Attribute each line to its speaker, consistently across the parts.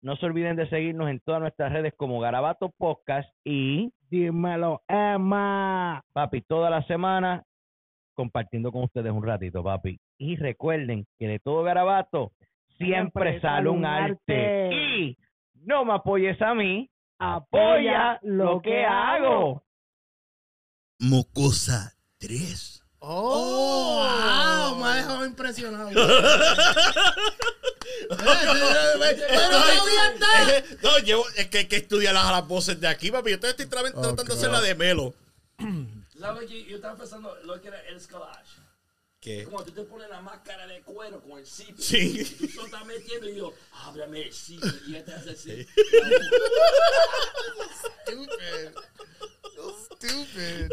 Speaker 1: no se olviden de seguirnos en todas nuestras redes como Garabato Podcast y,
Speaker 2: Dímelo, Emma.
Speaker 1: papi, toda la semana compartiendo con ustedes un ratito, papi. Y recuerden que de todo Garabato siempre,
Speaker 2: Siempre
Speaker 1: sale un arte.
Speaker 2: arte.
Speaker 1: Y no me apoyes a mí, apoya lo que hago.
Speaker 3: Mocosa 3.
Speaker 4: ¡Oh! wow, Me ha dejado impresionado.
Speaker 3: Estoy- Eh, no, llevo, es que hay que estudiar las, las voces de aquí, papi. Yo te estoy tra- tratando de hacer la de Melo.
Speaker 5: ¿Sabes lo que yo estaba pensando? Lo que era el escalage.
Speaker 3: ¿Qué?
Speaker 5: Cuando tú te pones la máscara de cuero con el zipper.
Speaker 3: Sí.
Speaker 5: Y tú lo estás metiendo y yo, ábrame el zipper. Y ya te hace así.
Speaker 4: Stupid. So Stupid.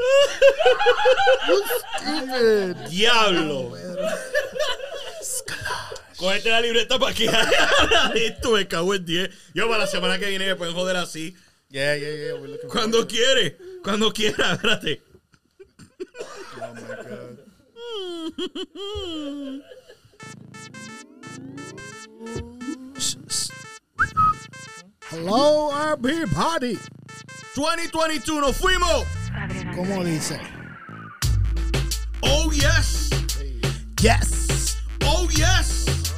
Speaker 4: So Stupid.
Speaker 3: ¡Diablo! Cogete la libreta para que haga esto. Me cago en 10. Yo para la semana que viene me pueden joder así.
Speaker 4: Yeah, yeah, yeah. We're looking for
Speaker 3: Cuando quiere. Cuando quiera. Espérate.
Speaker 4: Oh my god. Hello, everybody.
Speaker 3: 2022, nos fuimos.
Speaker 4: ¿Cómo dice?
Speaker 3: Oh, yes.
Speaker 4: Yes.
Speaker 3: Oh, yes.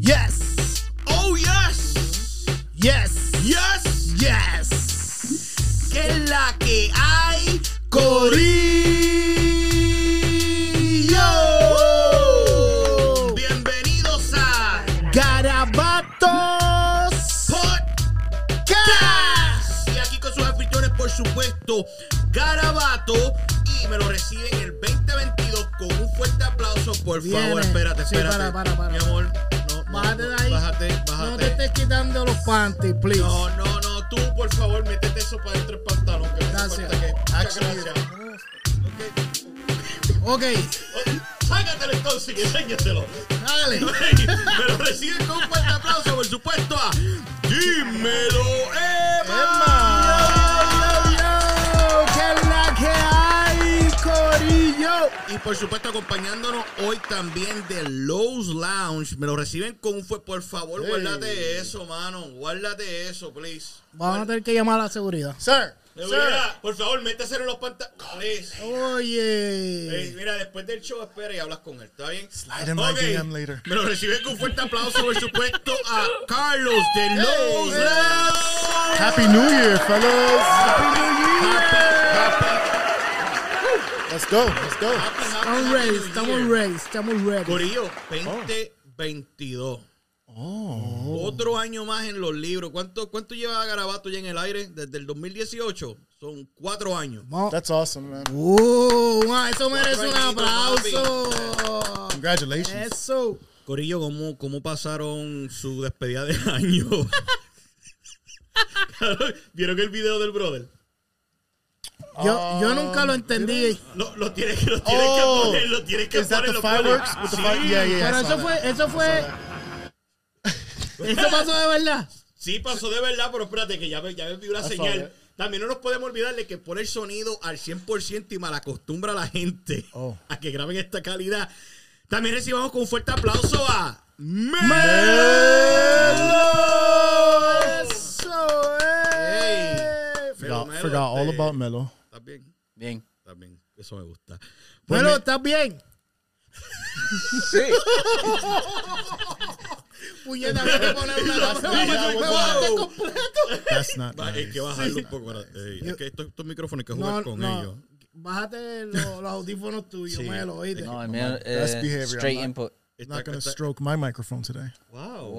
Speaker 4: Yes.
Speaker 3: Oh, yes.
Speaker 4: Yes.
Speaker 3: Yes.
Speaker 4: Yes. Que es la que hay, Corillo.
Speaker 3: Bienvenidos a
Speaker 4: Garabatos. Podcast.
Speaker 3: Podcast. Y aquí con sus anfitriones, por supuesto, Garabato. Y me lo reciben el 2022 con un fuerte aplauso, por
Speaker 4: Viene.
Speaker 3: favor. Espérate,
Speaker 4: Sí,
Speaker 3: espérate.
Speaker 4: para, para, para.
Speaker 3: Mi amor, no, no,
Speaker 4: Bájate de
Speaker 3: no,
Speaker 4: ahí.
Speaker 3: Bájate,
Speaker 4: No te
Speaker 3: bájate.
Speaker 4: estés quitando los panties, please.
Speaker 3: No, no, no, tú, por favor, métete eso para dentro del pantalón. Que me hace
Speaker 4: Gracias.
Speaker 3: falta que- Muchas
Speaker 4: Actually,
Speaker 3: gracias.
Speaker 4: Ok,
Speaker 3: Oh, Sácatelo entonces y enséñatelo.
Speaker 4: dale.
Speaker 3: Me lo reciben con un fuerte aplauso, por supuesto, a Dímelo,
Speaker 4: Emma.
Speaker 3: Emma.
Speaker 4: Yo, yo, que es la que hay, Corillo.
Speaker 3: Y por supuesto, acompañándonos hoy también de Lowe's Lounge. Me lo reciben con un fue. Por favor,
Speaker 4: Hey.
Speaker 3: guárdate eso, mano. Guárdate eso, please.
Speaker 4: Vamos a tener que llamar a
Speaker 6: Ah,
Speaker 4: la seguridad. Sir.
Speaker 3: De verdad, por favor, métese en los pantalones.
Speaker 4: Oye.
Speaker 3: mira, después del show, espera y hablas con él, ¿está bien?
Speaker 4: Slide in my
Speaker 3: Ok.
Speaker 4: DM later.
Speaker 3: Me lo reciben con un fuerte aplauso, por supuesto, a Carlos de Lowe's
Speaker 4: Hey.
Speaker 3: Lounge.
Speaker 4: Happy New Year, fellas. Happy New Let's go, let's go.
Speaker 3: Estamos
Speaker 2: Estamos ready, estamos ready, estamos ready.
Speaker 3: Corillo, 2022.
Speaker 4: Oh.
Speaker 3: Otro año más en los libros. ¿Cuánto, cuánto lleva Garabato ya en el aire? Desde el 2018. Son cuatro años.
Speaker 4: Vamos. That's awesome, man.
Speaker 2: Uh, ah, eso merece un
Speaker 3: Cuatro añitos,
Speaker 2: aplauso.
Speaker 4: Congratulations.
Speaker 2: Eso.
Speaker 3: Corillo, ¿cómo, cómo pasaron su despedida de año? ¿Vieron el video del brother?
Speaker 2: Yo, yo nunca lo entendí.
Speaker 3: Lo, lo tienes que, lo tienes
Speaker 4: Oh.
Speaker 3: que poner, lo tienes que
Speaker 4: Is that
Speaker 3: poner.
Speaker 4: the
Speaker 3: lo pones.
Speaker 4: fireworks? With the
Speaker 3: Sí.
Speaker 4: fire? Yeah, yeah, yeah.
Speaker 2: Pero
Speaker 4: I saw
Speaker 2: eso
Speaker 4: that.
Speaker 2: fue, eso fue. Eso pasó de verdad.
Speaker 3: Sí, pasó de verdad, pero espérate que ya me, ya me dio
Speaker 2: Ah,
Speaker 3: una
Speaker 4: That's all
Speaker 3: señal.
Speaker 4: right.
Speaker 3: También no nos podemos olvidar de que pone el sonido al 100% y malacostumbra a la gente
Speaker 4: Oh.
Speaker 3: a que graben esta calidad. También recibamos con un fuerte aplauso a Melos.
Speaker 4: Eso
Speaker 3: Hey. Melo,
Speaker 4: Forgot,
Speaker 3: Melo,
Speaker 4: forgot all
Speaker 3: este,
Speaker 4: about Melo.
Speaker 3: ¿Estás bien?
Speaker 7: Bien.
Speaker 3: ¿Estás bien? Eso me gusta. Pues
Speaker 2: Bueno,
Speaker 3: me-
Speaker 2: ¿estás bien? Sí. Puñeta, había que poner una
Speaker 3: Las
Speaker 2: lámpara para que
Speaker 3: mías,
Speaker 2: me bajaste
Speaker 3: wow.
Speaker 2: completo.
Speaker 4: That's not
Speaker 3: Va, hay
Speaker 4: nice.
Speaker 3: que bajarlo un poco. para- Ey, es que estos, estos micrófonos hay que jugar
Speaker 2: No,
Speaker 3: con ellos.
Speaker 2: no. Bájate lo- los audífonos tuyos,
Speaker 3: Sí.
Speaker 2: Melo, oíste.
Speaker 7: No, el mío
Speaker 4: That's
Speaker 7: eh,
Speaker 4: behavior,
Speaker 7: straight
Speaker 4: I'm
Speaker 7: input.
Speaker 4: I'm not
Speaker 3: Está-
Speaker 4: gonna
Speaker 3: está-
Speaker 4: stroke my microphone today.
Speaker 3: Wow,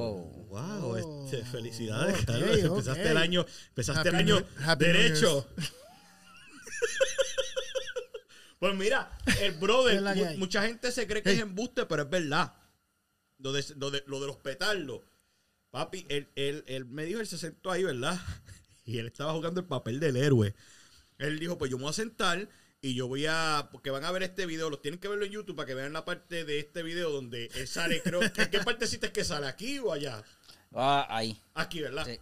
Speaker 3: wow, Te- Felicidades,
Speaker 4: ok,
Speaker 3: Carlos. Empezaste
Speaker 4: ok.
Speaker 3: el año, empezaste el
Speaker 4: Happy
Speaker 3: año
Speaker 4: New- Happy New
Speaker 3: derecho. pues mira, el brother,
Speaker 4: Es la que
Speaker 3: mu-
Speaker 4: hay.
Speaker 3: mucha gente se cree que
Speaker 4: Hey.
Speaker 3: es embuste, pero es verdad. Lo de, lo de, lo de los petardos. Papi, él, él, él me dijo, él se sentó ahí, ¿verdad? Y él estaba jugando el papel del héroe. Él dijo, pues yo me voy a sentar y yo voy a, porque van a ver este video, los tienen que verlo en YouTube para que vean la parte de este video donde él sale, creo, ¿qué, qué partecita es que sale? ¿Aquí o allá?
Speaker 8: Ah, ahí.
Speaker 3: Aquí, ¿verdad?
Speaker 8: Sí.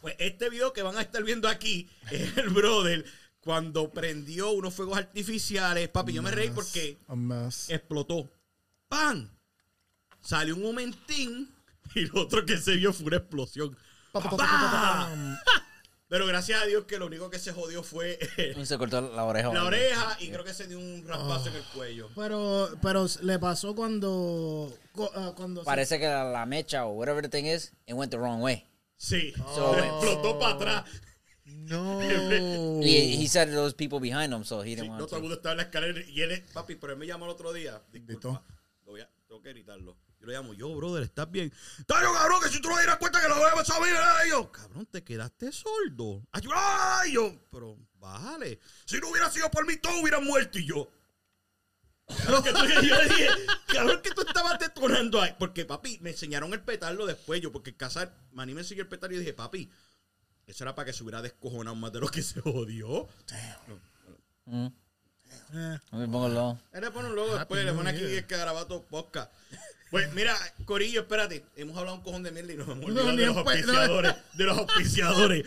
Speaker 3: Pues este video que van a estar viendo aquí es el brother cuando prendió unos fuegos artificiales. Papi, yo me reí porque
Speaker 4: A mess.
Speaker 3: explotó. ¡Pam! Salió un momentín y lo otro que se vio fue una explosión.
Speaker 4: Pa, pa, pa, pa,
Speaker 3: ¡Pam! Pero gracias a Dios que lo único que se jodió fue eh,
Speaker 8: Se cortó la oreja.
Speaker 3: la oreja y creo que se dio un raspazo en el cuello.
Speaker 4: Pero, pero le pasó cuando. co- ah, cuando se-
Speaker 8: Parece que la, la mecha o whatever the thing is, it went the wrong way.
Speaker 3: Sí,
Speaker 8: So-
Speaker 3: explotó para atrás.
Speaker 4: No.
Speaker 8: He, he said those people behind him, so
Speaker 3: Mm.
Speaker 8: he
Speaker 3: Sí,
Speaker 8: didn't
Speaker 3: no todo
Speaker 8: want
Speaker 3: el
Speaker 8: to.
Speaker 3: mundo estaba en la escalera y él, es- papi, pero él me llamó el otro día. Disculpa,
Speaker 4: Bendito.
Speaker 3: lo voy a, tengo que gritarlo. Yo le llamo, yo, brother, ¿estás bien? ¡Tayo, cabrón, que si tú no te das cuenta que lo voy a saber! eh". Y yo, cabrón, te quedaste sordo. Ay, yo, ay, yo, pero bájale. Si no hubiera sido por mí, todos hubieran muerto y yo. Cabrón, que tú- yo le dije, cabrón, que tú estabas detonando ahí. Porque, papi, me enseñaron el petardo después. Yo, porque en casa, Maní me enseñó el petardo y yo dije, papi, eso era para que se hubiera descojonado más de lo que se jodió.
Speaker 8: Let me pongo el low.
Speaker 3: Él le pone un
Speaker 4: Ah,
Speaker 3: logo después,
Speaker 4: pues,
Speaker 3: le pone aquí el carabato podcast. Pues mira, Corillo, espérate. Hemos hablado un cojón de mierda y nos hemos olvidado
Speaker 4: ni
Speaker 3: de los
Speaker 4: en pe- no.
Speaker 3: auspiciadores. De los auspiciadores.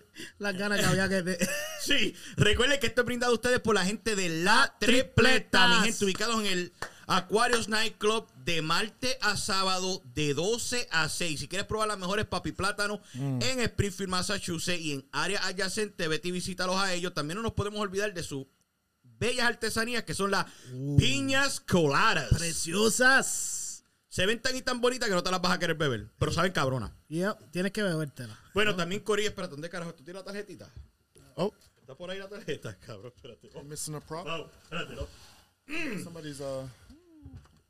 Speaker 4: Las ganas que había que. te-
Speaker 3: Sí, recuerden que esto es brindado a ustedes por la gente de La Tripleta, mi gente, ubicados en el Aquarius Nightclub de martes a sábado de 12 a 6. Si quieres probar las mejores papi plátanos en Springfield, Massachusetts y en áreas adyacentes, vete y visítalos a ellos. También no nos podemos olvidar de sus bellas artesanías que son las piñas coladas.
Speaker 4: Preciosas.
Speaker 3: Se ven tan y tan bonitas que no te las vas a querer beber, pero saben cabrona.
Speaker 4: Yep, tienes que bebértela.
Speaker 3: Bueno, también Corillo, espérate, ¿dónde carajo? ¿Tú tienes la tarjetita?
Speaker 4: Oh,
Speaker 3: ¿Está por ahí la tarjeta, cabrón? Espérate. Oh,
Speaker 4: I'm missing a prop.
Speaker 3: no, espérate, no.
Speaker 4: Somebody's, uh,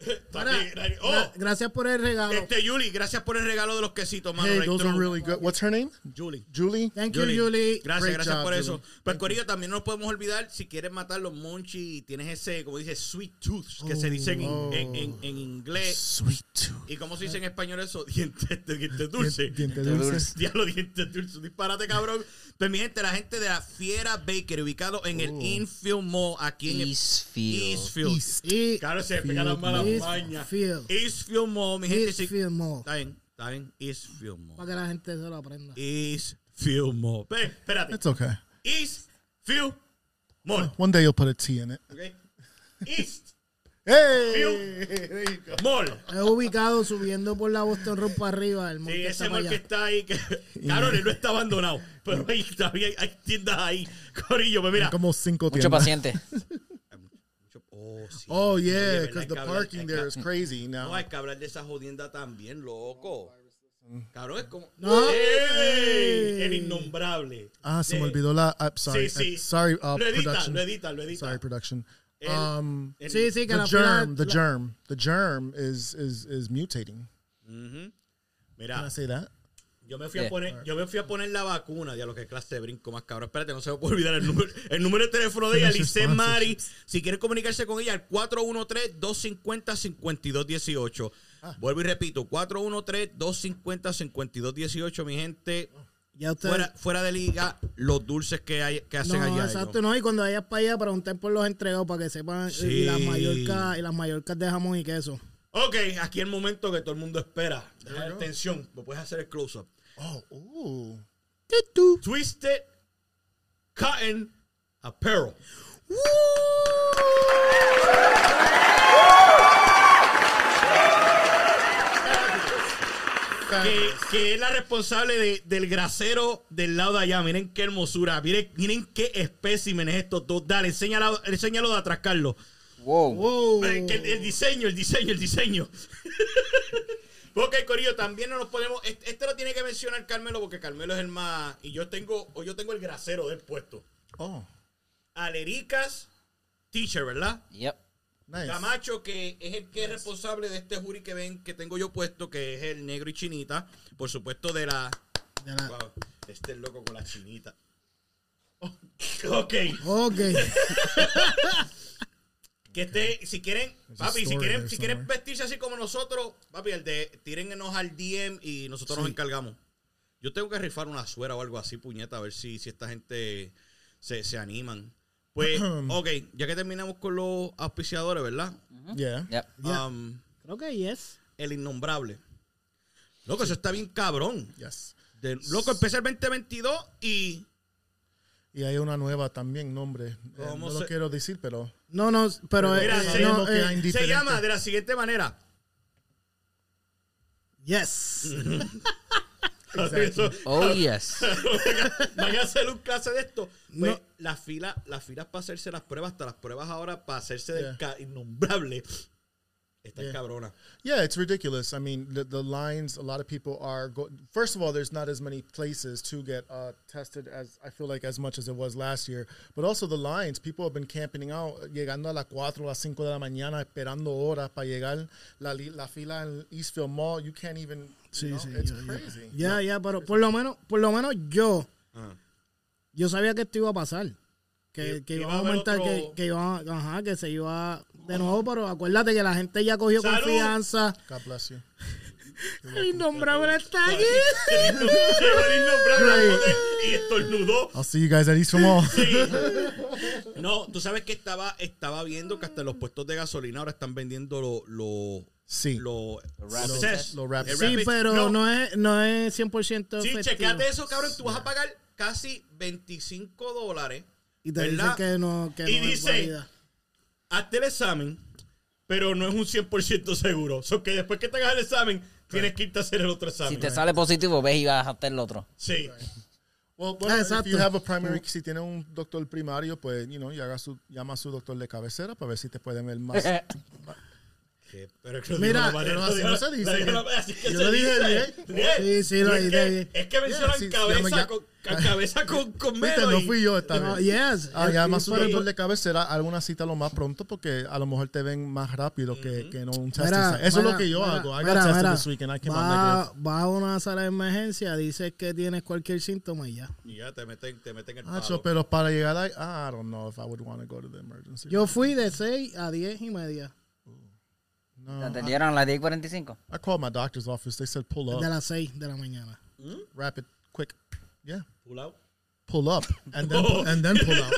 Speaker 3: Está
Speaker 4: Para,
Speaker 3: aquí, nadie-
Speaker 4: gra-
Speaker 3: Oh,
Speaker 4: gracias por el regalo.
Speaker 3: este Yuli, gracias por el regalo de los quesitos, mano.
Speaker 4: Hey,
Speaker 3: right
Speaker 4: those are
Speaker 3: through.
Speaker 4: really good. What's her name?
Speaker 3: Yuli.
Speaker 4: Julie. Thank
Speaker 3: Yuli.
Speaker 4: you, Julie.
Speaker 3: Gracias,
Speaker 4: Great
Speaker 3: gracias
Speaker 4: job,
Speaker 3: por
Speaker 4: Julie.
Speaker 3: eso. Pues Corillo, también no nos podemos olvidar, si quieres matar los monchi y tienes ese, como dice, sweet tooth, que se dice en,
Speaker 4: Oh.
Speaker 3: en- en- en inglés.
Speaker 4: Sweet tooth.
Speaker 3: ¿Y cómo se dice en español eso? Dientes de dientes dulce.
Speaker 4: Diente dulce.
Speaker 3: Diablo, dientes dulces. Un Disparate, cabrón. Pues mi gente, la gente de la Fiera Baker, ubicado en
Speaker 4: Oh.
Speaker 3: el Infield Mall, aquí en el
Speaker 8: Eastfield.
Speaker 3: Eastfield.
Speaker 4: Y
Speaker 3: Claro, se pegan las malas mañas.
Speaker 4: Eastfield.
Speaker 3: Eastfield Mall, mi gente. sí.
Speaker 4: Eastfield Mall.
Speaker 3: Está bien, está bien. Eastfield Mall.
Speaker 4: Para que la gente se lo aprenda.
Speaker 3: Eastfield Mall. Ve, espérate.
Speaker 4: It's okay.
Speaker 3: Eastfield Mall.
Speaker 4: One day you'll put a T in it.
Speaker 3: Okay. East
Speaker 4: Hey!
Speaker 3: Mall.
Speaker 4: Es ubicado subiendo por la Boston Road para arriba. El monte
Speaker 3: Sí, ese
Speaker 4: está para
Speaker 3: mall que
Speaker 4: allá.
Speaker 3: está ahí. Que, cabrón, él no está abandonado. Pero ahí todavía hay, hay tiendas ahí. Corillo, pues mira.
Speaker 4: Como cinco
Speaker 8: Mucho
Speaker 4: tiendas.
Speaker 8: paciente.
Speaker 3: Oh, sí.
Speaker 4: Oh,
Speaker 3: Oye,
Speaker 4: yeah,
Speaker 3: ¿verdad? Hay
Speaker 4: because the
Speaker 3: que hablar-
Speaker 4: parking
Speaker 3: hay
Speaker 4: there
Speaker 3: que-
Speaker 4: is crazy
Speaker 3: No,
Speaker 4: now.
Speaker 3: hay que hablar de esa jodienda también, loco. Cabrón, es como.
Speaker 4: No.
Speaker 3: ¡Ey! El innombrable.
Speaker 4: Ah, se me
Speaker 3: Eh,
Speaker 4: olvidó la... I'm sorry.
Speaker 3: Sí, sí.
Speaker 4: uh, sorry, uh,
Speaker 3: lo edita,
Speaker 4: production.
Speaker 3: lo edita, lo edita.
Speaker 4: Sorry, production.
Speaker 3: El-
Speaker 4: Um,
Speaker 3: el-
Speaker 4: Sí, sí, que the la fila- germ, the la- germ, the germ is is is mutating. Can I
Speaker 3: Mira,
Speaker 4: say that?
Speaker 3: yo me fui a
Speaker 8: Yeah.
Speaker 4: ah.
Speaker 3: poner, yo me fui a poner la vacuna. Ya lo que clase de brinco más cabrón. Espérate, no se me puede olvidar el número, el número de teléfono de ella,
Speaker 4: Finish
Speaker 3: Lice
Speaker 4: your
Speaker 3: Mari. Si quieres comunicarse con ella, al 413-250-5218.
Speaker 4: Ah.
Speaker 3: Vuelvo y repito, 413-250-5218, mi gente.
Speaker 4: Ya ustedes...
Speaker 3: Fuera, fuera de liga, los dulces que, hay, que hacen
Speaker 4: Este no,
Speaker 3: allá.
Speaker 4: exacto,
Speaker 3: ellos.
Speaker 4: no. Y cuando vayas para allá, pregunten por los entregados para que sepan. eh, Y las
Speaker 3: Sí.
Speaker 4: mallorcas, y las mallorcas de jamón y queso.
Speaker 3: Ok, aquí el momento que todo el mundo espera. Deja la atención, me puedes hacer el close-up.
Speaker 4: Oh, ooh.
Speaker 3: Twisted Cotton Apparel. Que, que es la responsable de- del grasero del lado de allá. Miren qué hermosura. Miren, miren qué espécimen es estos dos. Dale, enséñalo, enséñalo de atrás, Carlos.
Speaker 8: Wow.
Speaker 4: Wow.
Speaker 3: Eh, que El, el diseño, el diseño, el diseño. Porque Corillo, también no nos podemos. Este, este lo tiene que mencionar Carmelo, porque Carmelo es el más. Y yo tengo, o yo tengo el grasero del puesto.
Speaker 4: Oh.
Speaker 3: Alericas Teacher, ¿verdad?
Speaker 8: Yep.
Speaker 4: Nice.
Speaker 3: Camacho, que es el que es responsable de este jury que ven, que tengo yo puesto, que es el negro y chinita. Por supuesto, de la.
Speaker 4: Ya la-
Speaker 3: Wow, este es loco con la chinita. Oh, Ok.
Speaker 4: Okay.
Speaker 3: Que esté, si quieren,
Speaker 4: a
Speaker 3: papi, si
Speaker 4: story
Speaker 3: quieren,
Speaker 4: there
Speaker 3: si quieren
Speaker 4: somewhere.
Speaker 3: vestirse así como nosotros, papi, el de tírennos al DM y nosotros nos
Speaker 4: Sí.
Speaker 3: encargamos. Yo tengo que rifar una suera o algo así, puñeta, a ver si, si esta gente se, se animan. Pues, ok, ya que terminamos con los auspiciadores, ¿verdad?
Speaker 4: Yeah.
Speaker 8: Yep.
Speaker 4: Yeah.
Speaker 3: Um,
Speaker 6: Creo que yes.
Speaker 3: el innombrable. Loco, eso está bien cabrón.
Speaker 4: Yes.
Speaker 3: De- loco, empecé el 2022 y.
Speaker 4: Y hay una nueva también, nombre. Eh,
Speaker 3: ¿Cómo
Speaker 4: no lo
Speaker 3: se-
Speaker 4: quiero decir, pero.
Speaker 6: No, no, pero. eh,
Speaker 3: Mira,
Speaker 6: eh,
Speaker 3: se,
Speaker 6: no,
Speaker 4: que
Speaker 6: eh,
Speaker 4: hay
Speaker 3: se
Speaker 4: diferente.
Speaker 3: llama de la siguiente manera.
Speaker 6: yes.
Speaker 3: Eso-
Speaker 8: Oh, yes.
Speaker 3: Van a hacer un clase de esto. Pues,
Speaker 6: No.
Speaker 3: las filas las filas para hacerse las pruebas, hasta las pruebas ahora para hacerse del
Speaker 4: Yeah.
Speaker 3: ca- innombrable. Está
Speaker 4: Yeah.
Speaker 3: cabrona.
Speaker 4: Yeah, it's ridiculous. I mean, the, the lines, a lot of people are. Go- First of all, there's not as many places to get uh, tested as I feel like as much as it was last year. But also the lines, people have been camping out, llegando a las 4, las 5 de la mañana, esperando horas para llegar. La, li- la fila en Eastfield Mall, you can't even.
Speaker 6: Sí,
Speaker 4: you know,
Speaker 6: sí,
Speaker 4: it's
Speaker 6: yo- yo-
Speaker 4: crazy.
Speaker 6: Ya, ya, pero por lo menos, por lo menos yo, yo sabía que esto iba a pasar. Que,
Speaker 3: Que-
Speaker 6: que
Speaker 3: que
Speaker 6: iba
Speaker 3: iba a
Speaker 6: a
Speaker 3: haber
Speaker 6: aumentar,
Speaker 3: otro-
Speaker 6: que, que iba a- ajá, que se iba de nuevo, pero acuérdate que la gente ya cogió
Speaker 3: ¡Salud!
Speaker 6: confianza.
Speaker 4: God bless you.
Speaker 6: El innombrable está aquí.
Speaker 3: Llegó el innombrable al poder y estornudó.
Speaker 4: I'll see you guys at Eastfield Mall.
Speaker 3: No, tú sabes que estaba, estaba viendo que hasta en los puestos de gasolina ahora están vendiendo los. Lo,
Speaker 4: Sí.
Speaker 3: Lo,
Speaker 8: rapid
Speaker 3: los-
Speaker 8: test.
Speaker 4: Los rapid
Speaker 3: el
Speaker 6: Sí,
Speaker 3: rapid-
Speaker 6: pero no, es, no es 100%
Speaker 3: Sí,
Speaker 6: efectivo.
Speaker 3: checate eso, cabrón. Tú vas a pagar casi 25 dólares.
Speaker 6: Y te
Speaker 3: ¿verdad?
Speaker 6: dicen que no, que
Speaker 3: Y
Speaker 6: no es
Speaker 3: dice-
Speaker 6: válida.
Speaker 3: hazte el examen, pero no es un 100% seguro. O sea, que después que te hagas el examen, tienes que irte a hacer el otro
Speaker 8: Si
Speaker 3: examen.
Speaker 8: te sale positivo, ves y vas a hacer el otro.
Speaker 3: Sí.
Speaker 4: Well, bueno, if you
Speaker 6: exacto.
Speaker 4: have a primary, si tiene un doctor primario, pues, you know, y haga su, llama a su doctor de cabecera para ver si te pueden ver más.
Speaker 3: Pero que lo digo
Speaker 6: Mira,
Speaker 3: de manera-
Speaker 4: pero así no se
Speaker 3: lo
Speaker 4: dice.
Speaker 3: digo de manera- así que
Speaker 4: Yo
Speaker 3: se
Speaker 4: lo dije
Speaker 3: dice.
Speaker 4: bien.
Speaker 3: Bien.
Speaker 6: Sí, sí, lo
Speaker 3: Y es
Speaker 6: dije
Speaker 3: que-
Speaker 6: bien.
Speaker 3: Es que mencionan
Speaker 4: sí,
Speaker 3: cabeza,
Speaker 4: llama ya-
Speaker 3: con, ca- cabeza con, con
Speaker 4: Viste,
Speaker 3: melo
Speaker 4: no
Speaker 3: y-
Speaker 4: fui yo esta
Speaker 6: No,
Speaker 4: vez.
Speaker 6: yes.
Speaker 4: Ah,
Speaker 6: Es-
Speaker 4: llama a
Speaker 6: es
Speaker 4: su
Speaker 6: por el-
Speaker 4: doctor de cabecera, alguna cita lo más pronto porque a lo mejor te ven más rápido que, que no un test.
Speaker 6: Mira,
Speaker 4: Eso es
Speaker 6: mira,
Speaker 4: lo que yo
Speaker 6: mira,
Speaker 4: hago. I
Speaker 6: mira,
Speaker 4: got tested
Speaker 6: mira.
Speaker 4: this week and I came out
Speaker 6: va,
Speaker 4: negative.
Speaker 6: va a una sala de emergencia, dices que tienes cualquier síntoma y ya.
Speaker 3: Y ya te meten, te meten el
Speaker 4: Acho,
Speaker 3: palo.
Speaker 4: pero para llegar ahí, ah, I don't know if I would want to go to the emergency.
Speaker 6: Yo fui de 6 a 10 y media.
Speaker 4: no,
Speaker 8: ¿Te
Speaker 4: I,
Speaker 8: dieron a las 10.45?
Speaker 4: I called my doctor's office. They said pull
Speaker 6: De
Speaker 4: up,
Speaker 6: las 6 de la mañana.
Speaker 4: rapid, quick. Yeah.
Speaker 3: Pull out.
Speaker 4: pull up and then and then pull out.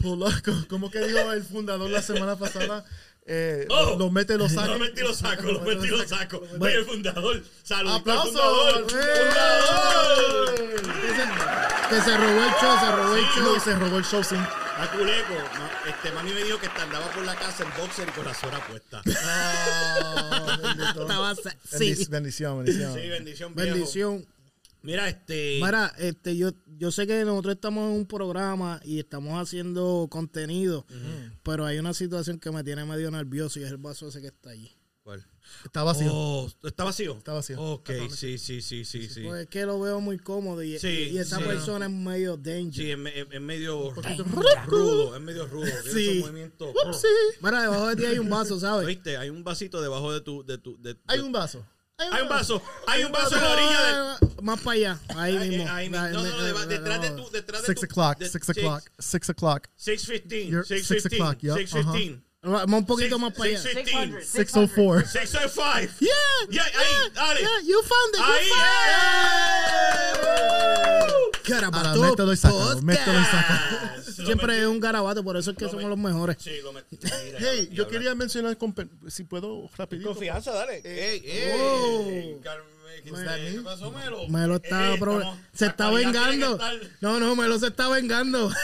Speaker 4: Pull up, co- como que dijo el fundador la semana pasada, eh,
Speaker 3: Oh.
Speaker 4: lo, lo mete los
Speaker 3: No,
Speaker 4: sacos.
Speaker 3: metí los sacos, lo metí los sacos. Oye, el fundador. Saludos.
Speaker 4: ¡Aplauso!
Speaker 3: Fundador.
Speaker 4: ¡Eh!
Speaker 3: Fundador.
Speaker 6: Que se robó el show, se robó el
Speaker 4: Sí, no, y se robó el show sin.
Speaker 3: A Culeco, ma- este mami me dijo que te andaba por la casa en boxer y con la suela puesta.
Speaker 4: Ah. Bendito.
Speaker 6: Estaba
Speaker 4: Bendic-
Speaker 6: sexy.
Speaker 4: Bendición, bendición.
Speaker 3: Sí, bendición, viejo.
Speaker 6: Bendición.
Speaker 3: Mira, este.
Speaker 6: Mira, este, yo, yo sé que nosotros estamos en un programa y estamos haciendo contenido, pero hay una situación que me tiene medio nervioso y es el vaso ese que está allí.
Speaker 3: ¿Cuál?
Speaker 4: Está vacío.
Speaker 3: Oh, ¿Está vacío?
Speaker 4: Está vacío.
Speaker 3: Ok, sí, sí, sí, sí, sí.
Speaker 6: Pues es que lo veo muy cómodo y,
Speaker 3: Sí,
Speaker 6: y esa
Speaker 3: sí.
Speaker 6: persona es medio danger.
Speaker 3: Sí, es, me- es- es medio rudo, es medio rudo.
Speaker 6: Sí.
Speaker 3: Sí. movimiento.
Speaker 6: Mira, debajo de ti hay un vaso, ¿sabes?
Speaker 3: Oíste, hay un vasito debajo de tu... De tu de,
Speaker 4: Hay un vaso.
Speaker 3: Hay un vaso, hay un vaso en la orilla del...
Speaker 6: Más para allá, ahí
Speaker 3: Ahí,
Speaker 6: mismo.
Speaker 3: ahí,
Speaker 6: La-
Speaker 3: no, no, no,
Speaker 6: la-
Speaker 3: deba-
Speaker 6: la-
Speaker 3: detrás de
Speaker 6: la-
Speaker 3: tu... Detrás de
Speaker 4: Six
Speaker 3: tu-
Speaker 4: o'clock.
Speaker 3: de-
Speaker 4: Six o'clock. Six o'clock.
Speaker 3: 6.15,
Speaker 4: You're- six
Speaker 3: 6.15,
Speaker 4: o'clock, yup, uh-huh.
Speaker 3: 6.15.
Speaker 6: Va- va Un poquito más para allá.
Speaker 3: 6.15,
Speaker 4: 604.
Speaker 3: 6.05.
Speaker 6: Yeah, oh
Speaker 3: Yeah, ahí, dale.
Speaker 6: you found it,
Speaker 3: Ahí.
Speaker 6: you found it.
Speaker 3: ¡eh!
Speaker 4: Ahora,
Speaker 6: Garabato
Speaker 4: mételo y sácalo.
Speaker 6: podcast.
Speaker 4: Mételo y sácalo.
Speaker 3: Lo
Speaker 6: Siempre
Speaker 3: metí-
Speaker 6: es un garabato, por eso es que somos los mejores.
Speaker 3: Sí, lo metí. Mira,
Speaker 4: Hey,
Speaker 3: y
Speaker 4: yo
Speaker 3: habla.
Speaker 4: quería mencionar, con per- si puedo, rapidito.
Speaker 3: Confianza, dale. Ey,
Speaker 6: oh.
Speaker 3: ey. Carmen, ¿qué está- ¿Qué pasó, Melo?
Speaker 6: Melo está,
Speaker 3: Ey,
Speaker 6: pro-
Speaker 3: estamos-
Speaker 6: se
Speaker 3: la
Speaker 6: está
Speaker 3: calidad tiene que
Speaker 6: vengando.
Speaker 3: estar-
Speaker 6: No, no, Melo se está vengando.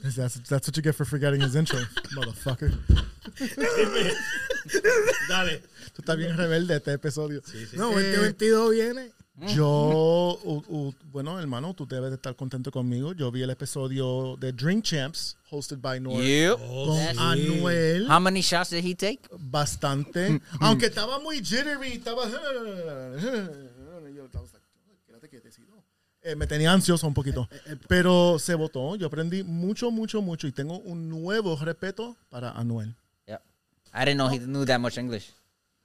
Speaker 4: That's, that's what you get for forgetting his intro, motherfucker.
Speaker 3: Dale.
Speaker 4: Tú estás bien rebelde este episodio.
Speaker 6: No,
Speaker 4: Eh,
Speaker 6: 2022 viene.
Speaker 4: Yo, u- u- bueno, hermano, tú debes de estar contento conmigo. Yo vi el episodio de Drink Champs, hosted by North,
Speaker 8: Yep.
Speaker 4: con Anuel,
Speaker 8: How many shots did he take?
Speaker 4: bastante. aunque estaba muy jittery, estaba... Yo estaba like, "Quédate quietecito". eh, me tenía ansioso un
Speaker 6: Eh,
Speaker 4: poquito. Pero se votó. Yo aprendí mucho, mucho, mucho. Y tengo un nuevo respeto para Anuel.
Speaker 7: Yep. I didn't know he knew that much English.